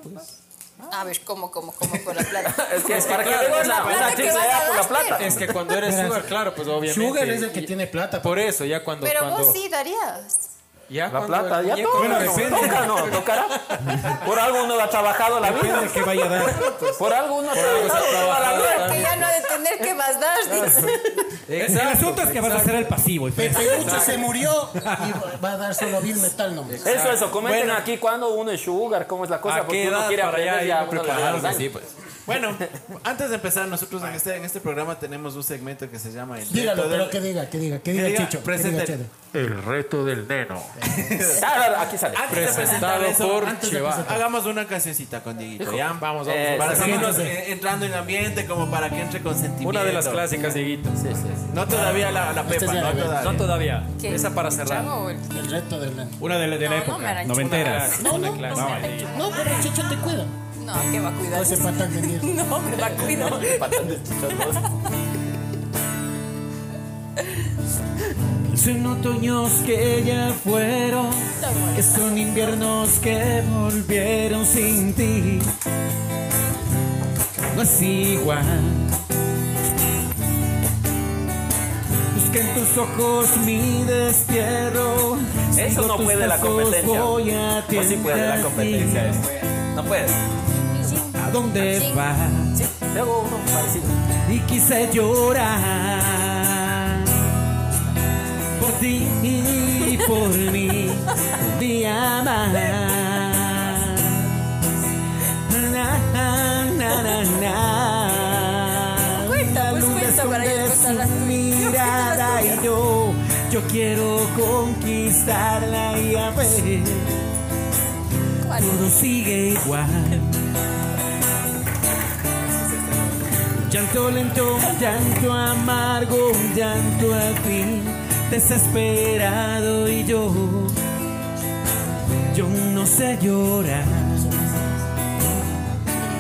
A ver, Ah, ¿cómo, cómo, cómo por la plata? Es que es para que claro, vengas la la plata buena que chica vas a ya pues, por la dar, plata. pero- Es que cuando eres sugar, claro, pues obviamente. Sugar es el que tiene plata. Por eso, ya cuando. Pero cuando, vos sí darías. Ya La cuando plata, el ya muñeco- toca, Bueno, no, depende. toca, no, tocará. Por algo uno ha trabajado la vida. Depende que vaya a dar. Por algo uno ha trabajado toda la trabajado. vida. Porque ya no ha de tener que más dar. dice. El asunto es que vas a hacer el pasivo. y- pues. Peluche se murió y va a dar solo Bill Metal nomás. Eso, eso, comenten aquí cuando uno es sugar, cómo es la cosa, ¿A qué Ah, porque uno edad quiere para aprender allá ya ya uno le da preparados los años. así, pues? Bueno, antes de empezar, nosotros en este, en este programa tenemos un segmento que se llama El Dígalo, Reto pero del- que diga, que diga, que Que diga, diga, Chicho. que presente. diga Chedo. Claro, Ah, aquí sale. Antes de presentar Presentado eso, por antes de Cheva. presentar- hagamos una cancioncita con Dieguito, ¿ya? Vamos, vamos, vamos. Para Eso. seguirnos eh, entrando en ambiente, como para que entre con sentimiento. Una de las clásicas, Dieguito. Sí, sí, sí. No todavía la, la Este Pepa, es el no evento. todavía. No todavía. ¿Qué? Esa para cerrar. Chavo, el- El reto del nene. Una de la, de la No, no me época, arañó. noventeras. No, no, Claro, no. sí, Dieguito. No, pero Chicho te cuida. No, que va a cuidar. No se faltan venir. No, me la cuido. Patas de chichón, Son otoños que ya fueron, que son inviernos que volvieron sin ti. No es igual. Busca en tus ojos mi destierro. Eso no Sigo tus puede la pasos, competencia. Voy a No Pues sí puede la tentar ti. competencia. ¿eh? eso. No puede. ¿A dónde vas? Sí, luego uno parecido. y quise llorar por ti y por mí un día más. Na, na, na, na. Cuenta, La pues, luna cuenta para yo esconde contar las su tuyas. mirada y yo, yo quiero conquistarla y a ver, todo sigue igual. Llanto lento, llanto amargo, un llanto al fin, desesperado y yo, yo no sé llorar,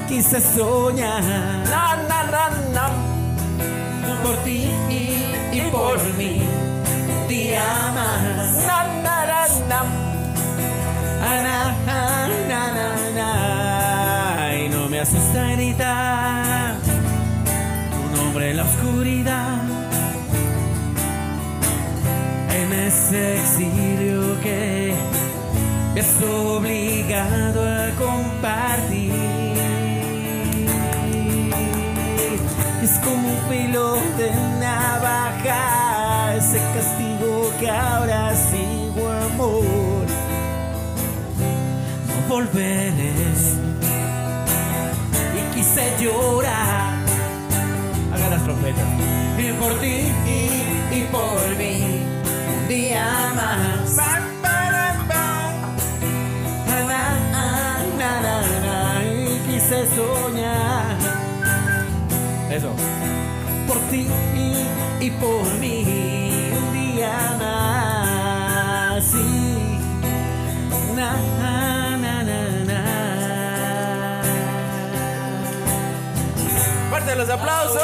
quise soñar Na, na, na, na. por ti y, y por mí, te amas. Na, na, na, na. Ana, na, na, na. Y no me asusta gritar tu nombre en la oscuridad. En ese exilio que me has obligado a compartir. Es como un filo de navaja, ese castigo que ahora sigo amor no volveré. Y quise llorar. Haga las trompetas. Y por ti y, y por mí. Un día más. Na, na, na, na, na. Y quise soñar. Eso. Por ti y, y por mí. Un día más. Sí. Na, na, na, na. ¡Fuerte los aplausos!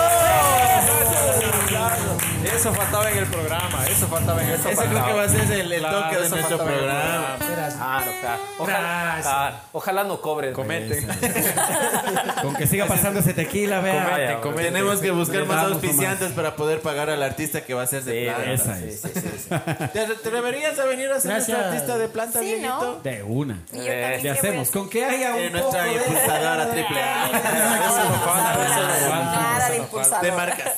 Eso faltaba en el programa, eso faltaba en el Ese programa. creo que va a ser el, el Claro, toque de eso nuestro faltaba en programa. el Claro, claro. Ojalá, Gracias. claro. Ojalá no cobren. Comenten, Con que siga pasando ese tequila, vea. Vaya, comenten, comenten. Tenemos que buscar más Vamos, auspiciantes para poder pagar al artista que va a ser de planta. esa Sí, es. sí, sí, sí. ¿Te, te deberías a venir a ser Gracias. nuestro artista de planta, Sí, ¿no? Dieguito? De una. Y yo también ¿Qué que hacemos? voy Con que haya Eh, un poco nuestra de... impulsadora triple A. a- Eso no falta, Impulsadora, eso no falta, Nada de eso no falta. De impulsadora. marcas.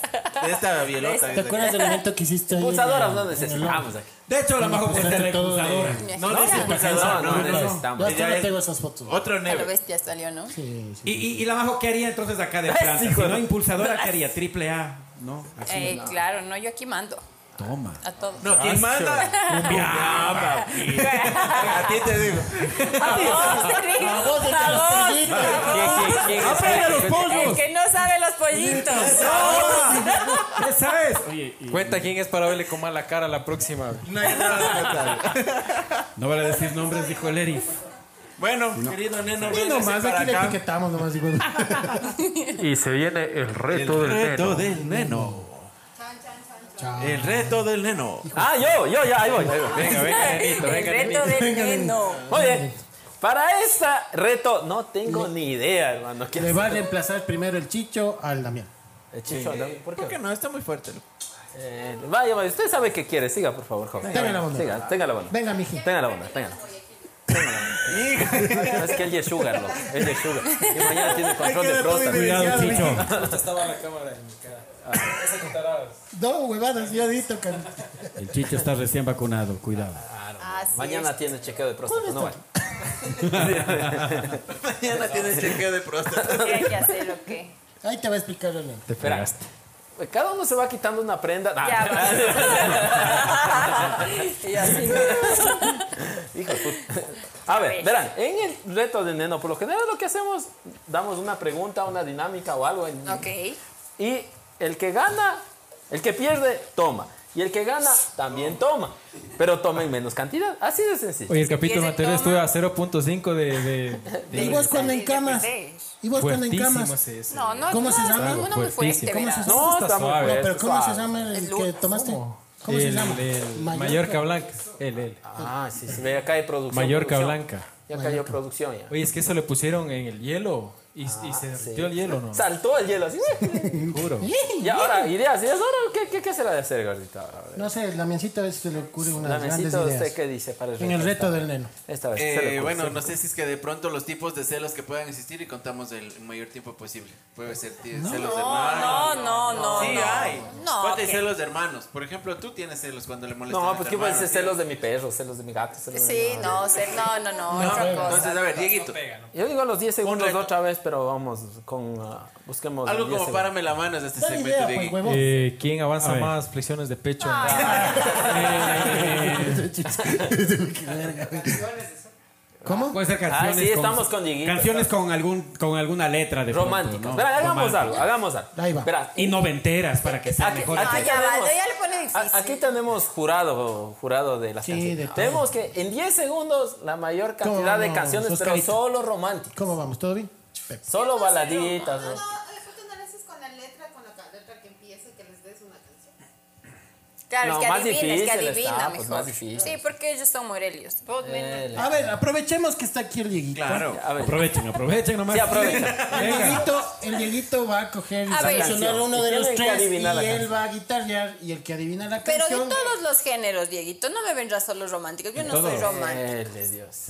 De esta bielota. ¿Te acuerdas del evento que hiciste ahí? Pulsadoras en- no en el- necesitamos aquí. De hecho, la majo puede tener Todo de- pulsadora. No, No, no, dice no, pulsadora, no, no, no, no, no. Yo Necesitamos. hasta no tengo esas fotos. Otro A lo neve. bestia salió, ¿no? Sí, sí. Y, y, y la majo, ¿qué haría entonces acá de planta? Si hijo no de- impulsadora, ¿qué haría? Triple A. No, así. Eh, Claro, no, yo aquí mando Toma. a todos. No, ¿quién manda? Cumbiamba. A ti te digo. ¡A vos, de a los vos, pollitos. a vos. El que no sabe los pollitos. ¿Qué sabes? Oye, Cuenta quién es para verle con mala cara la próxima. güey. No hay nada que no van a decir nombres, dijo el Erif. Bueno, querido neno, Y véngase nomás, para aquí le acá. etiquetamos nomás. digo. Y se viene el reto del reto del neno. El reto del neno. Ah, yo, yo, ya, ahí voy. ahí voy. Venga, venga, nenito, El venga, reto nenito. del neno. Muy bien. Para este reto no tengo ni idea, hermano. ¿Qué Le va a reemplazar primero el Chicho al Damián. Eh, Chicho, ¿no? ¿Por qué? ¿Por qué no? Está muy fuerte. Eh, vaya, vaya, usted sabe qué quiere. Siga, por favor, joven. Tenga la bondad. Siga, tenga la bondad. Venga, miji. Tenga la bondad, tenga la bondad. Tenga la bondad. No, es que él ya es sugar, loco. Él ya es sugar. Y mañana tiene control de próstata. Cuidado, Chicho. Esta estaba la cámara en mi cara. Esa quitará. No, huevadas, yo edito, carnal. El Chicho está recién vacunado, cuidado. Así Mañana tiene chequeo de próstata. No vaya. Mañana tienes chequeo de próstata. es. ¿Qué hay que hacer lo que? Ahí te va a explicar el Te fregaste. Cada uno se va quitando una prenda. Ah, Ya, va. Y así no. Hijo de puta. A ver, verán, en el reto de neno, por lo general lo que hacemos, damos una pregunta, una dinámica o algo. en- Ok. Y el que gana, el que pierde, toma. Y el que gana, también toma. Pero toma en menos cantidad. Así de sencillo. Oye, el capítulo capítulo anterior anterior estuve estuve a 0.5 de, Y vos cuando en camas. Y vos cuando en camas. No, no, ¿Cómo no, se llama? No, no muy fuerte, Fuertísimo. ¿Cómo se verás. llama? No, está está muy suave. No, fuerte, pero ¿cómo se suave. llama el El que lunes. tomaste? ¿Cómo se llama? Mallorca Blanca. El, el. Ah, sí, sí, ve, acá hay producción. Mallorca producción. Blanca. Ya cayó producción ya. Oye, es que eso le pusieron en el hielo y, Ah, y se derritió el hielo, ¿no? Saltó el hielo así. Juro. Y ahora, ideas, ideas. Ahora, ¿qué, qué, qué será de hacer, Gordita? ahora? No sé, la miencita a veces se le ocurre unas Lamecito, grandes ¿usted ideas. qué dice para el reto? En el reto del neno. Esta vez. se le Eh, ocurre, bueno, se le no sé si es que de pronto los tipos de celos que puedan existir y contamos el mayor tiempo posible. Puede ser ti- celos de hermanos. No, no, no. Sí, no. hay. No, Ponte ok. celos de hermanos. Por ejemplo, tú tienes celos cuando le molestas. No, pues qué puede ser celos de mi perro, celos de mi gato, celos de Sí, no, ser- no, no, no, otra Entonces, cosa. a ver, Dieguito, Yo digo los 10 segundos reto. otra vez, pero vamos con ah, busquemos algo los 10 como segundos. párame la mano es este Dale segmento, idea, pues, Diego. huevón. Eh, ¿Quién avanza ver. más flexiones de pecho? ¿Cómo? Puede ser canciones. Ah, sí, con- estamos con Dieguito. Canciones con, algún, con alguna letra de pronto, románticos. ¿no? Verá, hagamos Románticas. algo, Ah, hagamos algo. Ahí va. Verá, Y noventeras para que sea Aquí- mejor. aquí- No, Ah, ya tenemos- Valdo ya le pone a- aquí difícil. tenemos jurado, jurado de las Sí, de canciones. todo. Tenemos que en 10 segundos la mayor cantidad de ¿Cómo? canciones, Sos pero carita. solo románticas, ¿Cómo vamos? ¿Todo bien? Pepe. solo baladitas. No, ¿no? no, después tú no le haces con la letra, con la ca- letra que empieza, que les des una canción. Claro, No, es que más adivina, es que difícil adivina está, pues, mejor. más difícil. Sí, porque ellos son morelios. Vos, bueno. Eh, A ver, aprovechemos que está aquí el Dieguito. Claro. A ver, Aprovechen, aprovechen nomás. sí, aprovecha. El Dieguito, el Dieguito va a coger y A ver. seleccionar uno de Tiene los que tres y él adivinar la canción. va a guitarrear y el que adivina la Pero de canción. todos los géneros, Dieguito, no me vendrás solo románticos. Yo no soy romántico. Dele, Dios.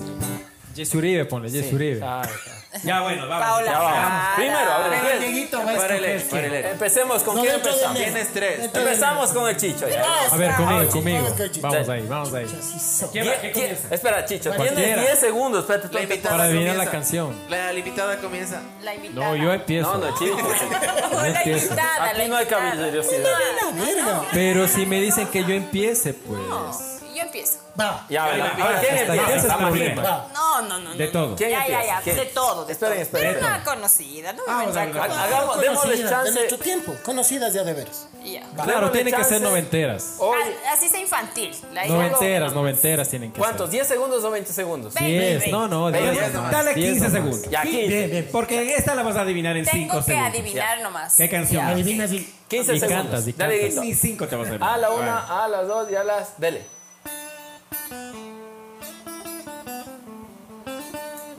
Jess Uribe, ponle, Jess Uribe. Ah, ok. Ya, bueno, vamos. Paola. Ya vamos. Jara. Primero, a ver, El Dieguito va a escoger. quién. Empecemos con No, quién dentro del empezamos. neno. Tienes tres. Dentro del Empezamos con el Chicho. ya. Ah, A ver, conmigo, vamos, conmigo. cachito. Vamos ahí, vamos ahí. ¿Quién va? ¿Quién ¿Quién- comienza? Espera, Chicho, tienes Cualquiera. 10 segundos. Espérate, tú La empiezas. invitada Para adivinar la comienza. canción. La invitada comienza. La invitada. No, yo empiezo. No, no, Chicho. la empiezo. invitada. Aquí la no hay invitada. caballerosidad. No, no, no. Pero si me dicen que yo empiece, pues. No, Yo empiezo. Va. Ya, a ver, va, ¿quién ahora ¿quién Hasta que ese es empieza? el Vamos, problema. No, no, no. no, De no. todo. ¿Quién ya, ya, ya, empieza? ¿Quién? de todo, de Esperen, todo. esperen. Pero una conocida, no me Vamos a vendrá hablar. con Hagamos, démosle Conocidas de chance. nuestro tiempo, conocidas ya de veras. Ya. Claro, Démosle tiene que ser chance. noventeras. Hoy, Ah, Así sea infantil. La hija- Noventeras, noventeras tienen que ¿Cuántos? ser. ¿10 segundos o 20 segundos? Ve- Diez, Veinte. no, no, Veinte. diez nomás, Dale diez 15 nomás. segundos. Ya, 15. Bien, bien. Porque esta la vas a adivinar en 5 Tengo segundos. que adivinar nomás. ¿Qué canción? Ya. Adivinas y. 15 Y segundos. cantas, y Dale, cantas. grito. Ni 5 te vas a adivinar. A la una, a las dos y a las. Dele.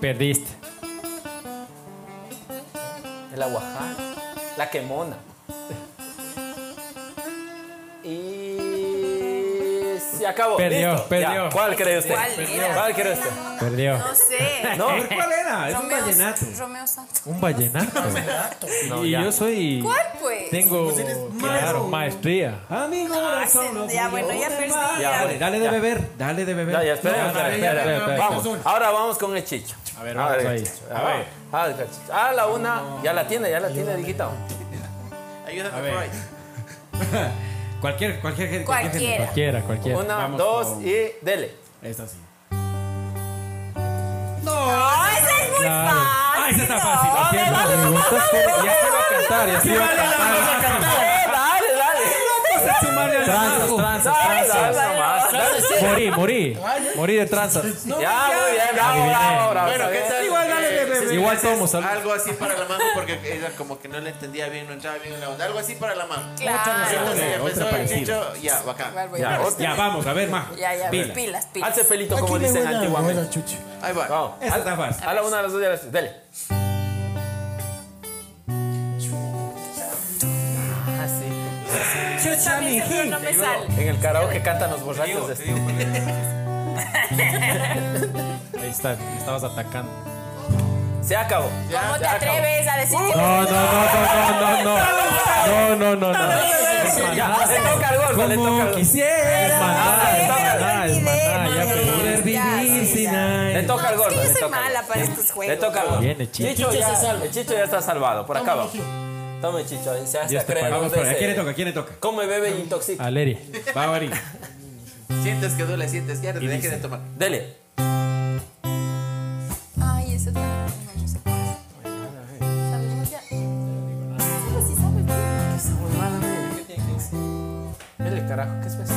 Perdiste. El aguajá. La quemona. Y. se acabó. Perdió, Listo, perdió. ya. ¿Cuál cree usted? ¿Cuál era? ¿Cuál cree usted? Perdió. No sé. No, ¿Cuál era? Es un Romeo, vallenato. Romeo Santos. Un vallenato. No, y ya. yo soy. ¿Cuál pues? Tengo. Claro, maestría. Amigo, Ah, se- ya, bueno, ya perdí. ya. Dale, dale de Ya. beber, dale de beber. Ya, ya, espera, espera, espera. espera, espera. Vamos, ahora vamos con el chicho. A ver, vamos ahí. Chicho. A ver. A ver, Chicho. Ah, la una, ya la tiene, ya la tiene, Diguita. Ayúdame, Roy. Cualquier, cualquier gente. gente. Cualquiera. Cualquiera, cualquiera. Una, Vamos dos con- y dele. Es así. No, esa es muy Claro. fácil. Ah, esa está fácil, lo No, siento. dale, dale, Me gusta dale, cómo- dale, ya se iba a cantar, ya se iba a Dale, cantar. dale. Tranzas, tranzas, Dale, tranzas. dale nomás. Dale, sí. Morí, morí. Morí de tranzas. Ya, muy bien, bravo, bravo, bravo. Bueno, ¿qué Está tal? Eh, bien. Igual dale de beber. Igual somos, salud. Algo así para la mano porque ella como que no le entendía bien, no entraba bien en la onda. Algo así para la mano. Claro. Entonces Otra, empezó Ah, otra el parecida. chicho, ya, bacán. Igual voy Ya, a- otra. Ya, vamos, a ver, Majo. pues, Ya, ya, Pila. pilas, pilas. Hace pelito, Aquí como le dicen huele a antiguamente. huevo, chucho. Ahí va. Vamos. Esa está fácil. A la una, a las dos y a las tres. Dele. Ah, sí. Chucha, mi pero no me sale. En el karaoke cantan los borrachos. de este. Ahí está, me estabas atacando. Se acabó. ¿Cómo Se te acabó. atreves a decir que No, no, no, no, no, no. No, no, no, no. Ya, le toca al gordo, le toca al Como gordo. quisiera Hermandad, Ah, hermandad, sí, hermandad, ya sí, perdí. poder Ya, vivir sí, sin ya. aire. Le toca al No, es gordo. que yo le soy toca al mala gordo. para estos juegos. Le toca al gordo. Viene, Chicho. Chicho Chicho ya, se salva. el Chicho ya está salvado. Por acá Toma, va. Chicho. Tome, Chicho. Se hace Dios te acreedor pague. Vamos de por ahí. ¿A ese- quién le toca? ¿A quién le toca? Come, bebe y intoxica. Aleri. Va, Bari. Sientes que duele, sientes que arde, deje de tomar. Dele. Ay, eso también. no, no sé. Sabemos ya. Solo si sabes tú. Dele, carajo. ¿Qué es eso?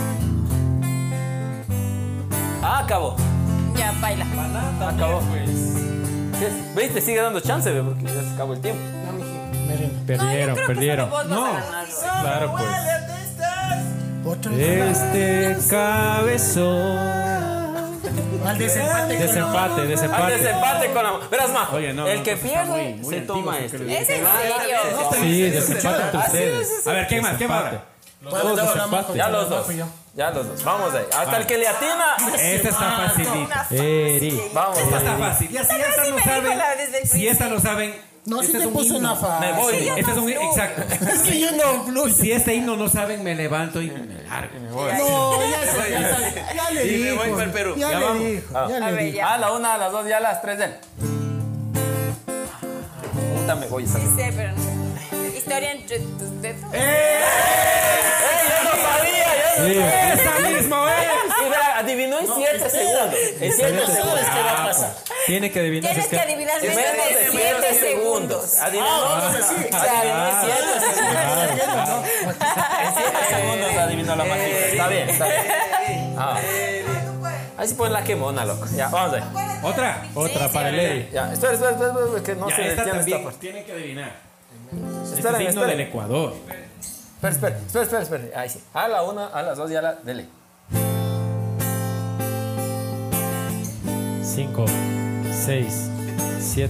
Ah, acabó. Ya, baila. Acabó. ¿Qué es? ¿Viste? Sigue dando chance, ve, porque ya se acabó el tiempo. Miren, Perdieron, No, yo creo que perdieron. solo vos vas a ganar. Claro, pues. otra vez. Este cabezón. Al desempate. este Desempate, Al desempate. desempate con la Verás, Majo. Oye, no, el no, que pues, está pierde muy- muy se antiguo toma este. esto. ese que Es en serio. Sí, desempate entre ustedes. A ver, ¿quién más? ¿Quién va ahora? Todos desempate. Ya los dos. Ya los dos. Vamos ahí. Hasta el que le atina. Ah, Esta está facilita. Una Eri. fácil. Vamos. Esta está fácil. Y así esta sí no me dijo saben. la desde el Si esta no saben. No, este si es te un puse himno. una Me fácil. voy. Este es un exacto. Es que yo no fluyo. Si este himno no saben, me levanto y me largo. No, ya se ya, se- ya le Y me dijo. voy para el Perú. Ya, le dijo. Ah. Ya A le ver, dijo. ya. A la una, a las dos y a las tres. Dale. Puta, me voy. Sí sé, pero no. Historia entre tus dedos. ¡Ey, yo no sabía! Yo no sabía. ¡Esta mismo ¿eh? es! Sí, verá, adivinó en 7 segundos. En 7 segundos. ¿Sabes qué va a pasar? Tiene que adivinar. Tienes que adivinar menos de Menos de 7 7 segundos. segundos. Adivinó. Adivinó en 7 segundos. En 7 segundos adivinó la magia. Está bien, está bien. Ah. Ahí sí ponen la quemona, loco. Ya, vamos ahí. Otra. Otra para el Eri. Ya, espera, espera, espera, espera, que no Ya, se esta detiene esta también. parte. Tienen que adivinar. Este es Esperen, himno del esperen. Ecuador. Espera, espera, espera, espera, espera. Ahí sí. A la una, a las dos y a la... Dele. 5, 6, 7,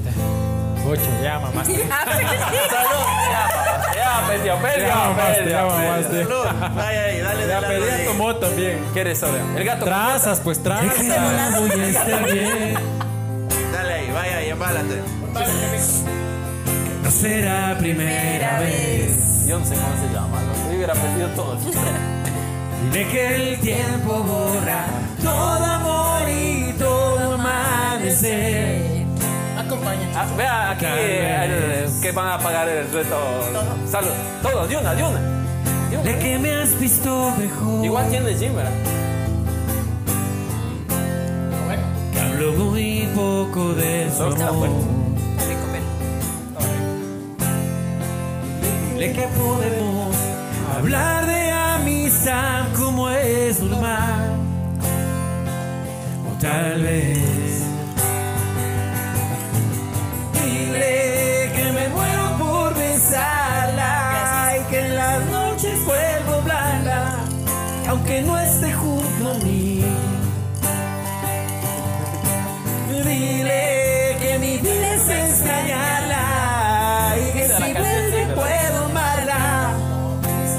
8. Ya, mamá. Ah, pero sí. Salud. Ya, ya, perdió, perdió, Ya, mamá. perdió, Ya, mamá. perdió. Ay, ay, dale, Ya dale. pedí a tu moto también. ¿Qué eres ahora? El gato. Trazas, pues trazas. Dale ahí, vaya, ahí, embálate. No será primera vez. Yo no sé cómo se llama, loco. Yo hubiera perdido todo. De que el tiempo borra todo amor y todo amanecer. Acompáñame. Ah, vea aquí eh, el- el- que van a pagar el reto. Salud. Todos, de una, de una. De una. De que me has visto mejor. Igual tiene gym, ¿verdad? Que hablo muy poco de su Está amor. fuerte. Está rico, pero- De que podemos hablar de amistad como es normal. O tal vez. Dile que me muero por besarla. Y que en las noches vuelvo blanda. Aunque no esté junto a mí. Dile que mi vida es extrañarla y que Esa si la canción vuelve siempre. puedo amarla,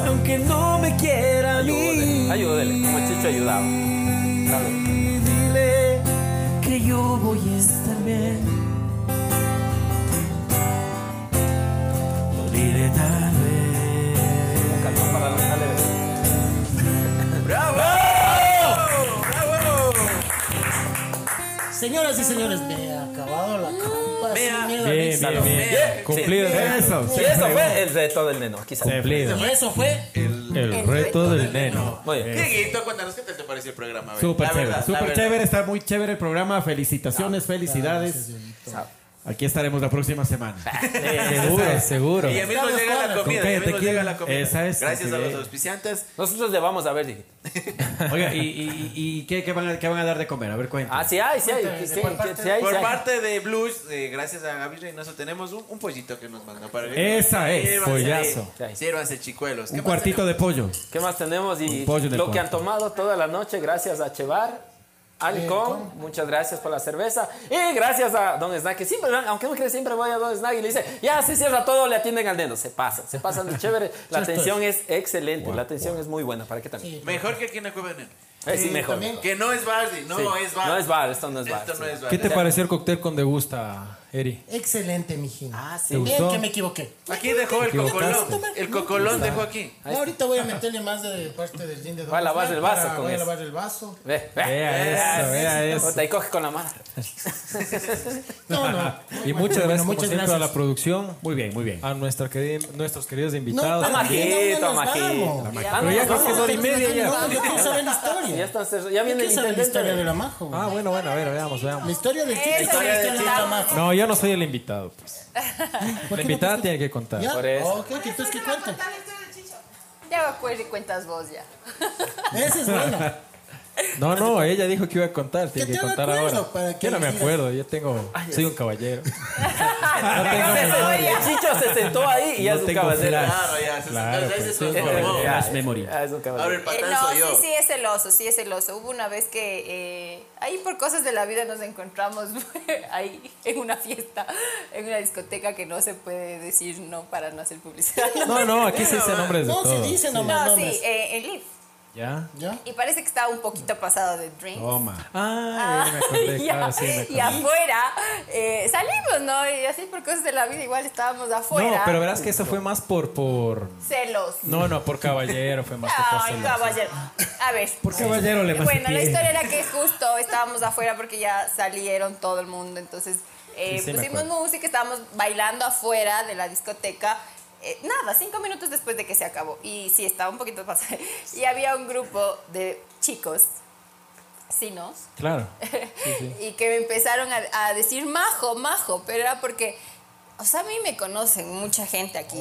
aunque no me quiera a mí. Ayúdele, ayúdele, como Chicho ayudaba. voy a estar bien. Moriré tal vez. Canción para los jales. ¡Oh! ¡Oh! Señoras y señores, me ha acabado la copa. sin miedo al Bien, éxito. bien, bien. Cumplido. ¿eh? Eso, Y eso fue el reto del neno, quizás. Cumplido. Y Eso fue. El reto del neno. Muy bien. Dieguito, cuéntanos qué tal te pareció el programa. a ver. Súper La chévere, verdad, la súper verdad. chévere, está muy chévere el programa. Felicitaciones, felicidades. Aquí estaremos la próxima semana. Seguro, seguro. Y el mismo Estamos llega la con- comida. con el mismo tequila. llega la comida. Esa es, Gracias sí. a los auspiciantes. Nosotros le vamos a ver, dije. Oiga, ¿y, y, y- y qué, qué van a, qué van a dar de comer? A ver, cuéntame. Ah, sí hay, sí hay. Sí, sí, sí hay, sí Por hay. parte de Blues, eh, gracias a Gaby Reynoso, tenemos un, un pollito que nos mandó para Esa es, Sírvanse, pollazo. sí, Sírvanse, chicuelos. ¿Qué Un más cuartito de pollo. ¿Qué más tenemos? Y Un pollo en el lo que cuarto. han tomado toda la noche, gracias a Chevar, Eh, Alcon, muchas gracias por la cerveza. Y gracias a Don Snack, que siempre, van, aunque no crees, siempre voy a Don Snack y le dice, ya se cierra todo, le atienden al dedo. Se pasan, se pasan de chévere. La Esto atención es excelente, la atención es muy buena. ¿Para qué también? Sí. tenemos? Mejor que aquí en la cueva de Neno. Eh, sí, Y mejor. también- Que no es Bardi, no Sí. es Bardi. No es bar, esto no es bar. Esto no sí. es Bardi. ¿Qué te pareció el cóctel con degusta, Eri? Excelente, mijín. Ah, sí. ¿Te Bien gustó? que me equivoqué. Aquí dejó el cocolón. equivocaste. El cocolón dejó aquí. Ya ahorita voy a meterle más de parte del gin de Don Voy a lavar Juan el vaso para- con Voy a eso. lavar el vaso. Ve, ve. Vea eso, vea eso. Puta, y coge con la mano. No, no. Y muchas gracias, Bueno, como muchas siempre, a la gracias. producción, Muy bien, muy bien. a nuestra querida- nuestros queridos No, invitados. pero Majito, ¿dónde nos majito. vamos? Pero ya creo que es hora y No, media ya. No, yo quiero saber la Ya, historia. están cerrados, ya Yo viene el quiero saber la historia de intendente. la majo. güey. ah, bueno, bueno, a ver, veamos, La veamos. historia del chico. Eso, historia del del chico. chico majo. No, yo no soy el invitado. Pues. ¿Por La qué no invitada puedes- tiene que contar. ¿Ya? Por eso. Ok, que entonces que cuenten. Contá la historia del chicho. Ya pues y cuentas vos ya. Esa es buena. No, no, ella dijo que iba a contar, Que tiene que yo me contar acuerdo, para ahora. que Yo no me digas. acuerdo, yo tengo, soy un caballero. El Chicho se sentó ahí y ya No es un tengo caballero. flash. Claro, ya. se- Claro, ya se pues, transformó. Ya, Flash memory. ya Ah, es un caballero. Ahora el Eh, patán no, soy yo. sí, sí es celoso, sí es celoso. Hubo una vez que eh, ahí por cosas de la vida nos encontramos ahí en una fiesta, en una discoteca que no se puede decir no para no hacer publicidad. No, No, no, aquí se dice nombres de No, se todo. dice nomás nombres. sí, eh, en Leaf. ¿Ya? ¿Ya? Y parece que estaba un poquito pasado de drink. Toma. Ah, ya Oh, me acordé, y, claro, a- sí, me acordé. y afuera eh, salimos, ¿no? Y así por cosas de la vida igual estábamos afuera. No, pero verás que eso fue más por, por... Celos. No, no, por caballero fue más que por Ay, celoso. caballero. A ver. Por caballero le pasé Bueno, la pie. historia era que justo estábamos afuera porque ya salieron todo el mundo, entonces eh, Sí, sí, me pusimos acuerdo. música, estábamos bailando afuera de la discoteca. eh, nada, cinco minutos después de que se acabó. Y sí, estaba un poquito pasado. Y había un grupo de chicos, sinos, Claro. y que me empezaron a, a decir majo, majo, pero era porque, o sea, a mí me conocen mucha gente aquí,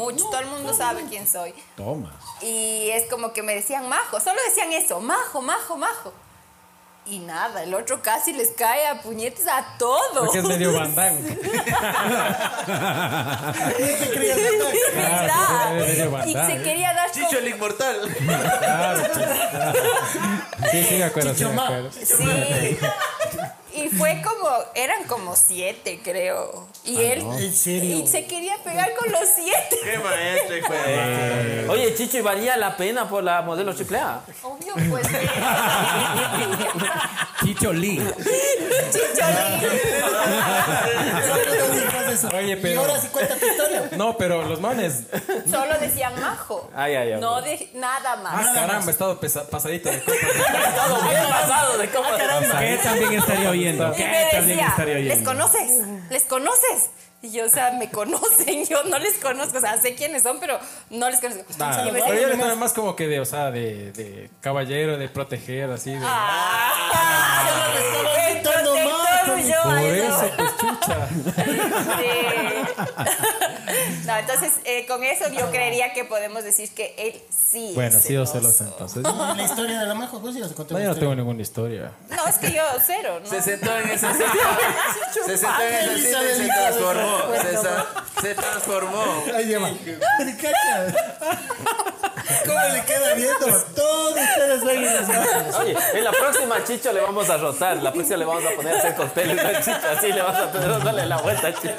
mucho, todo el mundo sabe quién soy. Toma. Y es como que me decían majo, solo decían eso, majo, majo, majo. Y nada, el otro casi les cae a puñetes a todos. Porque es medio bandán. ¿Verdad? es medio Y bandán. se quería dar con- Chicho el inmortal. Sí, sí, me acuerdo, sí, me Chichomá. acuerdo. Sí. Y fue como, eran como siete, creo. Y Ah, él. ¿En serio? Y se quería pegar con los siete. Qué maestro, hijo de- Oye, Chicho, ¿y valía la pena por la modelo triple A? Obvio, pues. Chicho Lee. Oye, Y pero... ahora sí cuenta tu historia. No, pero los manes, Solo decían majo. Ah, Ay, ay, ay. No de Ah, nada más. caramba, he estado pesa- pasadito de copas. Ah, Todo bien pasado de copa. ¿Qué también estaría oyendo? Y ¿Qué me también decía, estaría ¿les oyendo? conoces? ¿Les conoces? Y yo, o sea, me conocen, yo no les conozco, o sea, sé quiénes son, pero no les conozco. Ah, Y me pero yo decía, le estaba más como que de, o sea, de, de caballero, de proteger, así. De, "Ah, el Estaba gritando protector", más, y yo, por "Ay, no". eso, pues chucha. Sí. No, entonces, eh, con eso yo creería que podemos decir que él sí Ah. Bueno, es sí, o celoso. celosa entonces. No, Y La historia de la majo, pues sí, ya se contó. yo la no tengo historia. ninguna historia. No, es que yo cero, ¿no? Se sentó en ese sitio. Se sentó en ese sitio y se transformó. Se, sa- se transformó. Ahí lleva. Me cacha. ¿Cómo le queda viendo? Todos ustedes ven las manos. Oye, en la próxima a Chicho le vamos a rotar. La próxima le vamos a poner a hacer cócteles a Chicho. Así le vas a poner darle la vuelta a Chicho.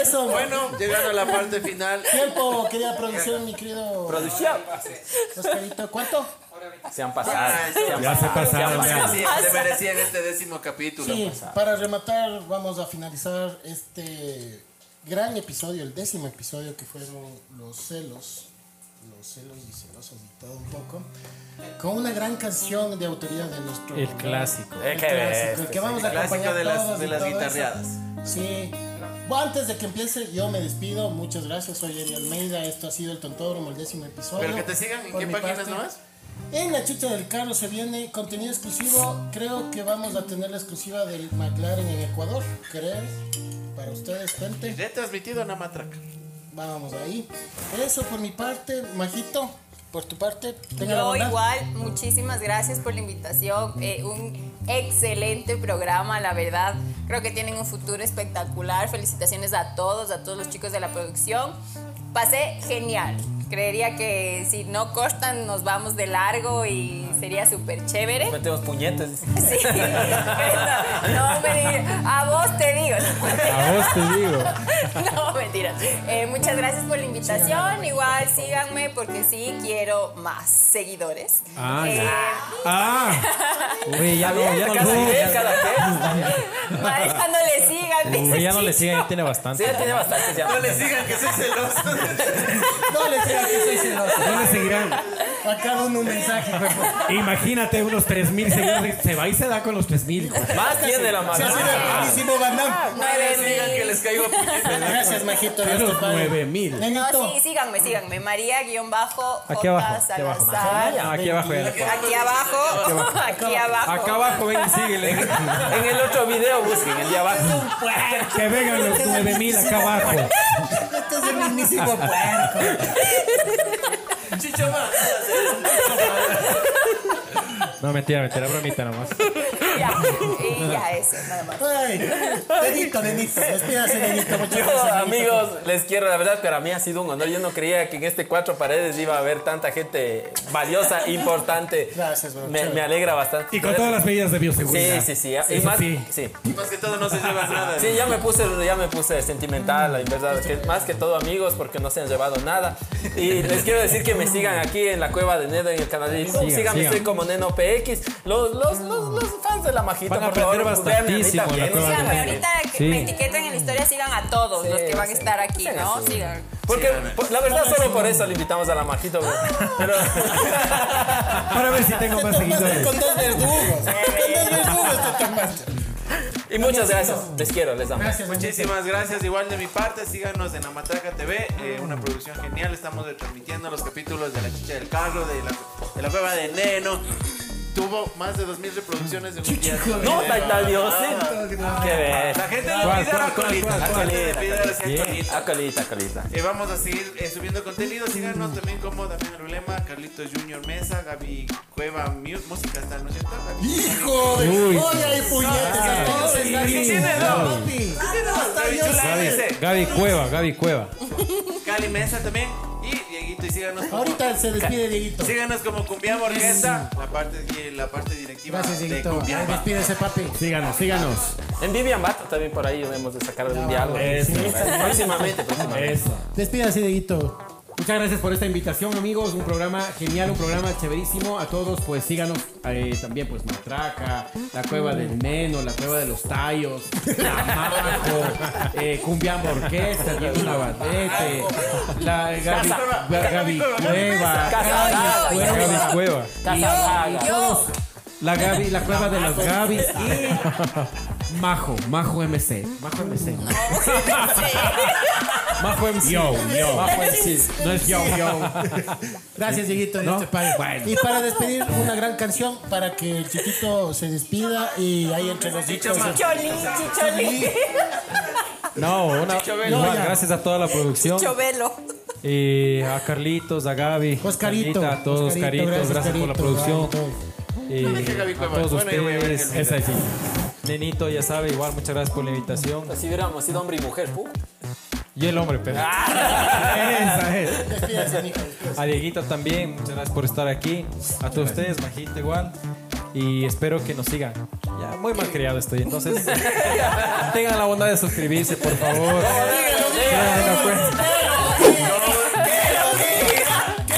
Eso, bueno. Bueno, llegando a la parte final. Tiempo, querida producción, mi querido Producción. Oscarito. ¿Cuánto? Se han pasado. Ah, se han Ya se pasado, han pasaron, pasado. Sí, se merecía en este décimo capítulo. Sí, para rematar, vamos a finalizar este gran episodio, el décimo episodio que fueron los celos, los celos y celosos y todo un poco, con una gran canción de autoría de nuestro... El clásico. El Eh, qué clásico, el bestia, que vamos a el clásico acompañar de las- todos de y las todo eso. guitarreadas. Sí. Bueno, antes de que empiece, yo me despido. Muchas gracias. Soy Eli Almeida. Esto ha sido el Tontódromo, el décimo episodio. Pero que te sigan, ¿en Por qué mi páginas parte, nomás? En la chucha del carro se viene contenido exclusivo. Creo que vamos a tener la exclusiva del McLaren en Ecuador. Creo. Para ustedes, gente. Retransmitido en la matraca. Vamos ahí. Eso por mi parte, Majito. Por tu parte, tenga la Yo bondad. igual, muchísimas gracias por la invitación. eh, un excelente programa, la verdad. Creo que tienen un futuro espectacular. Felicitaciones a todos, a todos los chicos de la producción. Pasé genial. Creería que si no cortan nos vamos de largo y sería súper chévere. Metemos puñetes. Sí, eso, no me digas. A vos te digo. A vos te digo. No, mentira. Eh, muchas gracias por la invitación. Igual síganme porque sí quiero más seguidores. Ah, Eh, Ah, Oye, ya no, ya Cada no. quien, cada quien. Pareja no le sigan. dice Oye, ya no le este Chicho. sigue, ya tiene Sí, bastante. ya tiene bastante. ya. No le sigan que soy celoso. No le sigan que soy celoso. no le seguirán. A cada uno un mensaje. por favor. Imagínate unos 3000 seguidores. Se va y se da con los 3000. hijo. Más tiene la Se mano. ha sido el buenísimo Van Damme. No le Digan que les caigo a puñetes. Gracias, Majito. Dios Los te pague. 9000. No, Nenito. sí, síganme, síganme. María guión bajo Aquí J. abajo, aquí abajo. Salazar. No, aquí abajo ya. Aquí abajo, aquí abajo. Acá abajo, ven y síguele. En el otro video busquen, el de abajo. Que vengan los 9000 acá abajo. Este es el mismísimo pues. puerco. Chicho más. No, mentira, mentira, bromita nomás. Ya, y ya eso, nada más. Ay, Nenito, Nenito. Despídase, Nenito. Muchas Yo, gracias. Nenito. amigos, les quiero, la verdad, pero a mí ha sido un honor. Yo no creía que en este cuatro paredes iba a haber tanta gente valiosa, importante. Gracias, bro. Me, Chévere. me alegra bastante. Y con todas las medidas de Sí, bioseguridad. sí, sí. Y Eso más, sí. sí. Y más que todo no se llevan nada. Sí, ya me puse, ya me puse sentimental, en verdad. que más que todo amigos, porque no se han llevado nada. Y les quiero decir que me sigan aquí en la cueva de Neno en el canal de YouTube. Sigan, Síganme, sigan. estoy como Neno PX. Los, los, los, los fans de la majita, Van a por favor, aprender véanme a mí bastantísimo en la también, cueva de Síganme, síganme. ahorita que Sí. me etiqueten en la historia, sigan a todos Sí, los que van a sí. estar aquí, Sigan, ¿no? sí. Sigan. Porque por- la verdad solo por eso le invitamos a la majito. güey. Pero Para ver si tengo más seguidores. Con dos verdugos. Con dos verdugos te tomaste. y muchas gracias. Les quiero, les amo. Gracias, Muchísimas gracias, igual de mi parte, síganos en La Matraca TV, eh, una producción genial, estamos retransmitiendo los capítulos de La Chicha del Carro, de La, de la Cueva de Neno, tuvo más de 2.000 reproducciones en un día. No, Taita Dios, sí. Ah, Qué bien. La gente le pide la colita, la gente le pide la colita. Acolita, acolita. Eh, vamos a seguir eh, subiendo contenido. Síganos también como Damián Rulema, Carlitos Junior Mesa, Gaby Cueva Mu- Música está, ¿no es cierto? Gaby? Hijo de. Oye, hay puñetes a todos. está bien. Papi. Hasta Gaby yo. Chulada dice, Gaby Cueva, Gaby Cueva. Cali Mesa también. Y Dieguito, y síganos como, Ahorita se despide Dieguito. síganos como Cumbiamba Orquesta, la parte, eh, la parte directiva Gracias, de Dieguito. Ay, Cumbiamba. Despídese, papi. Síganos, síganos. En Vivian Bato también por ahí debemos de sacar un diálogo. Eso, Próximamente, próximamente. Eso. Despídase, Dieguito. Muchas gracias por esta invitación, amigos. Un programa genial, un programa chéverísimo. A todos, pues síganos eh, también, pues Matraca, la cueva del Neno, la cueva de los Tallos, Tamaco, eh, Cumbiamba Orquesta, Diego Navarrete, la Gaby, Gaby Cueva, Casa. Gaby Yo, Cueva. Gaby Cueva. Yo, yo, La Gaby, la cueva de las Gaby y Majo, Majo MC. Majo MC. Majo MC. Yo, yo. Majo MC. No es yo, yo. Gracias, Dieguito. Dios ¿No? te pague. Bueno. Y para despedir, una gran canción para que el chiquito se despida y ahí entre los eh, dichos. Chicholín, Chicholín, No, una, igual, ya. gracias a toda la producción. Chovelo. Y a Carlitos, a Gaby. Oscarito. Carlita, a todos, Oscarito, Caritos, gracias, por la Carito, producción. Gaby, todo. Y Gaby a Cueva. todos Bueno, yo voy a ver ustedes. el Esa sí. Nenito, ya sabe, igual, muchas gracias por la invitación. Si hubiéramos sido hombre y mujer, ¡pum! Y el hombre, pero. Esa es. Despídase, mijo, despídase. A Dieguito también, muchas gracias por estar aquí. A todos ustedes, Majita igual. Y espero que nos sigan. Ya muy mal criado estoy, entonces tengan la bondad de suscribirse, por favor. pues.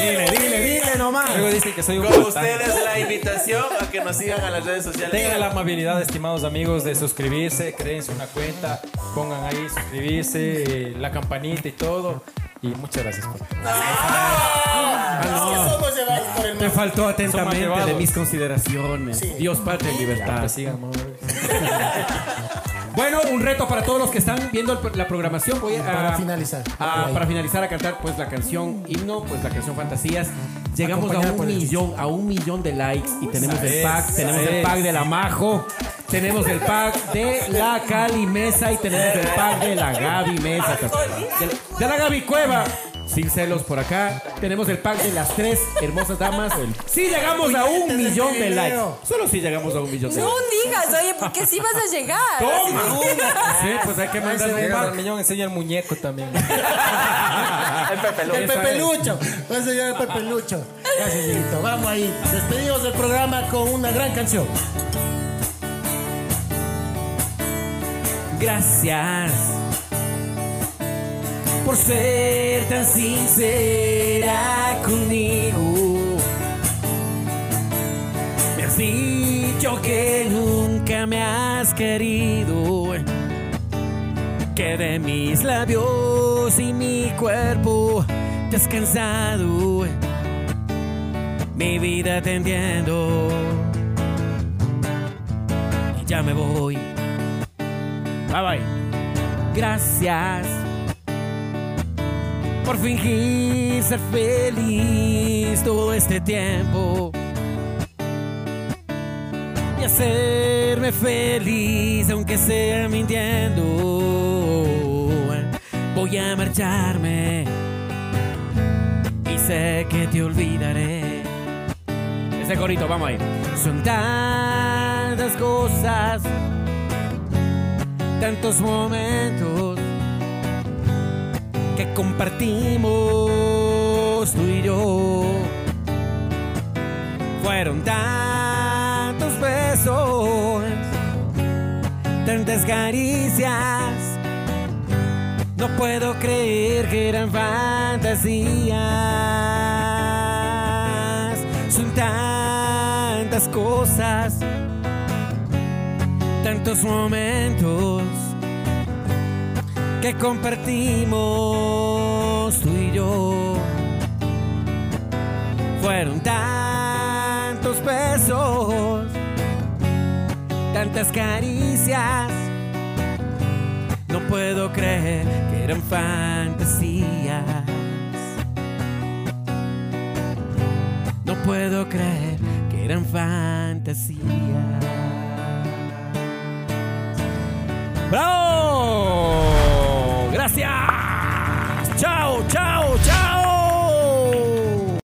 Dile, dile, dile nomás. Luego siempre dicen que soy un Con patán. ustedes la invitación a que nos sigan a las redes sociales. Tengan la amabilidad, estimados amigos, de suscribirse, créense una cuenta, pongan ahí suscribirse, eh, la campanita y todo. Y muchas gracias por Es que somos llevados por el Te mar. faltó Son atentamente malvados. de mis consideraciones. Dios, patria y que libertad. sigan, ¿no? Bueno, un reto para todos los que están viendo el- la programación. Voy a, Para finalizar. a- Ahí. para finalizar a cantar pues la canción himno, pues la canción Fantasías. Llegamos a Acompañada un por el- millón, a un millón de likes y tenemos el ¿Sabes? pack, tenemos el ¿Sabes? pack de la Majo, tenemos el pack de la Cali Mesa y tenemos el pack de la Gaby Mesa. De, la- de la Gaby Cueva. Sin celos por acá. Tenemos el pack de las tres hermosas damas. Si llegamos a un millón de likes. Solo si llegamos a un millón de likes. No digas, oye, porque sí vas a llegar. Sí, pues hay que mandar un Llegas al pack. millón, enseña el muñeco también. El El pepelucho. Pepelucho. Va a señor Pepelucho. Gracias, Dieguito. Vamos ahí. Despedimos del programa con una gran canción. Gracias por ser tan sincera conmigo. Me has dicho que nunca me has querido, que de mis labios y mi cuerpo te has cansado. Mi vida te entiendo. Y Ya me voy. Bye bye. Gracias por fingir ser feliz todo este tiempo y hacerme feliz aunque sea mintiendo. Voy a marcharme y sé que te olvidaré. Ese corito, vamos ahí. Son tantas cosas tantos momentos que compartimos tú y yo. Fueron tantos besos, tantas caricias. No puedo creer que eran fantasías. Son tantas cosas tantos momentos que compartimos tú y yo. Fueron tantos besos, tantas caricias. No puedo creer que eran fantasías. No puedo creer que eran fantasías. ¡Bravo!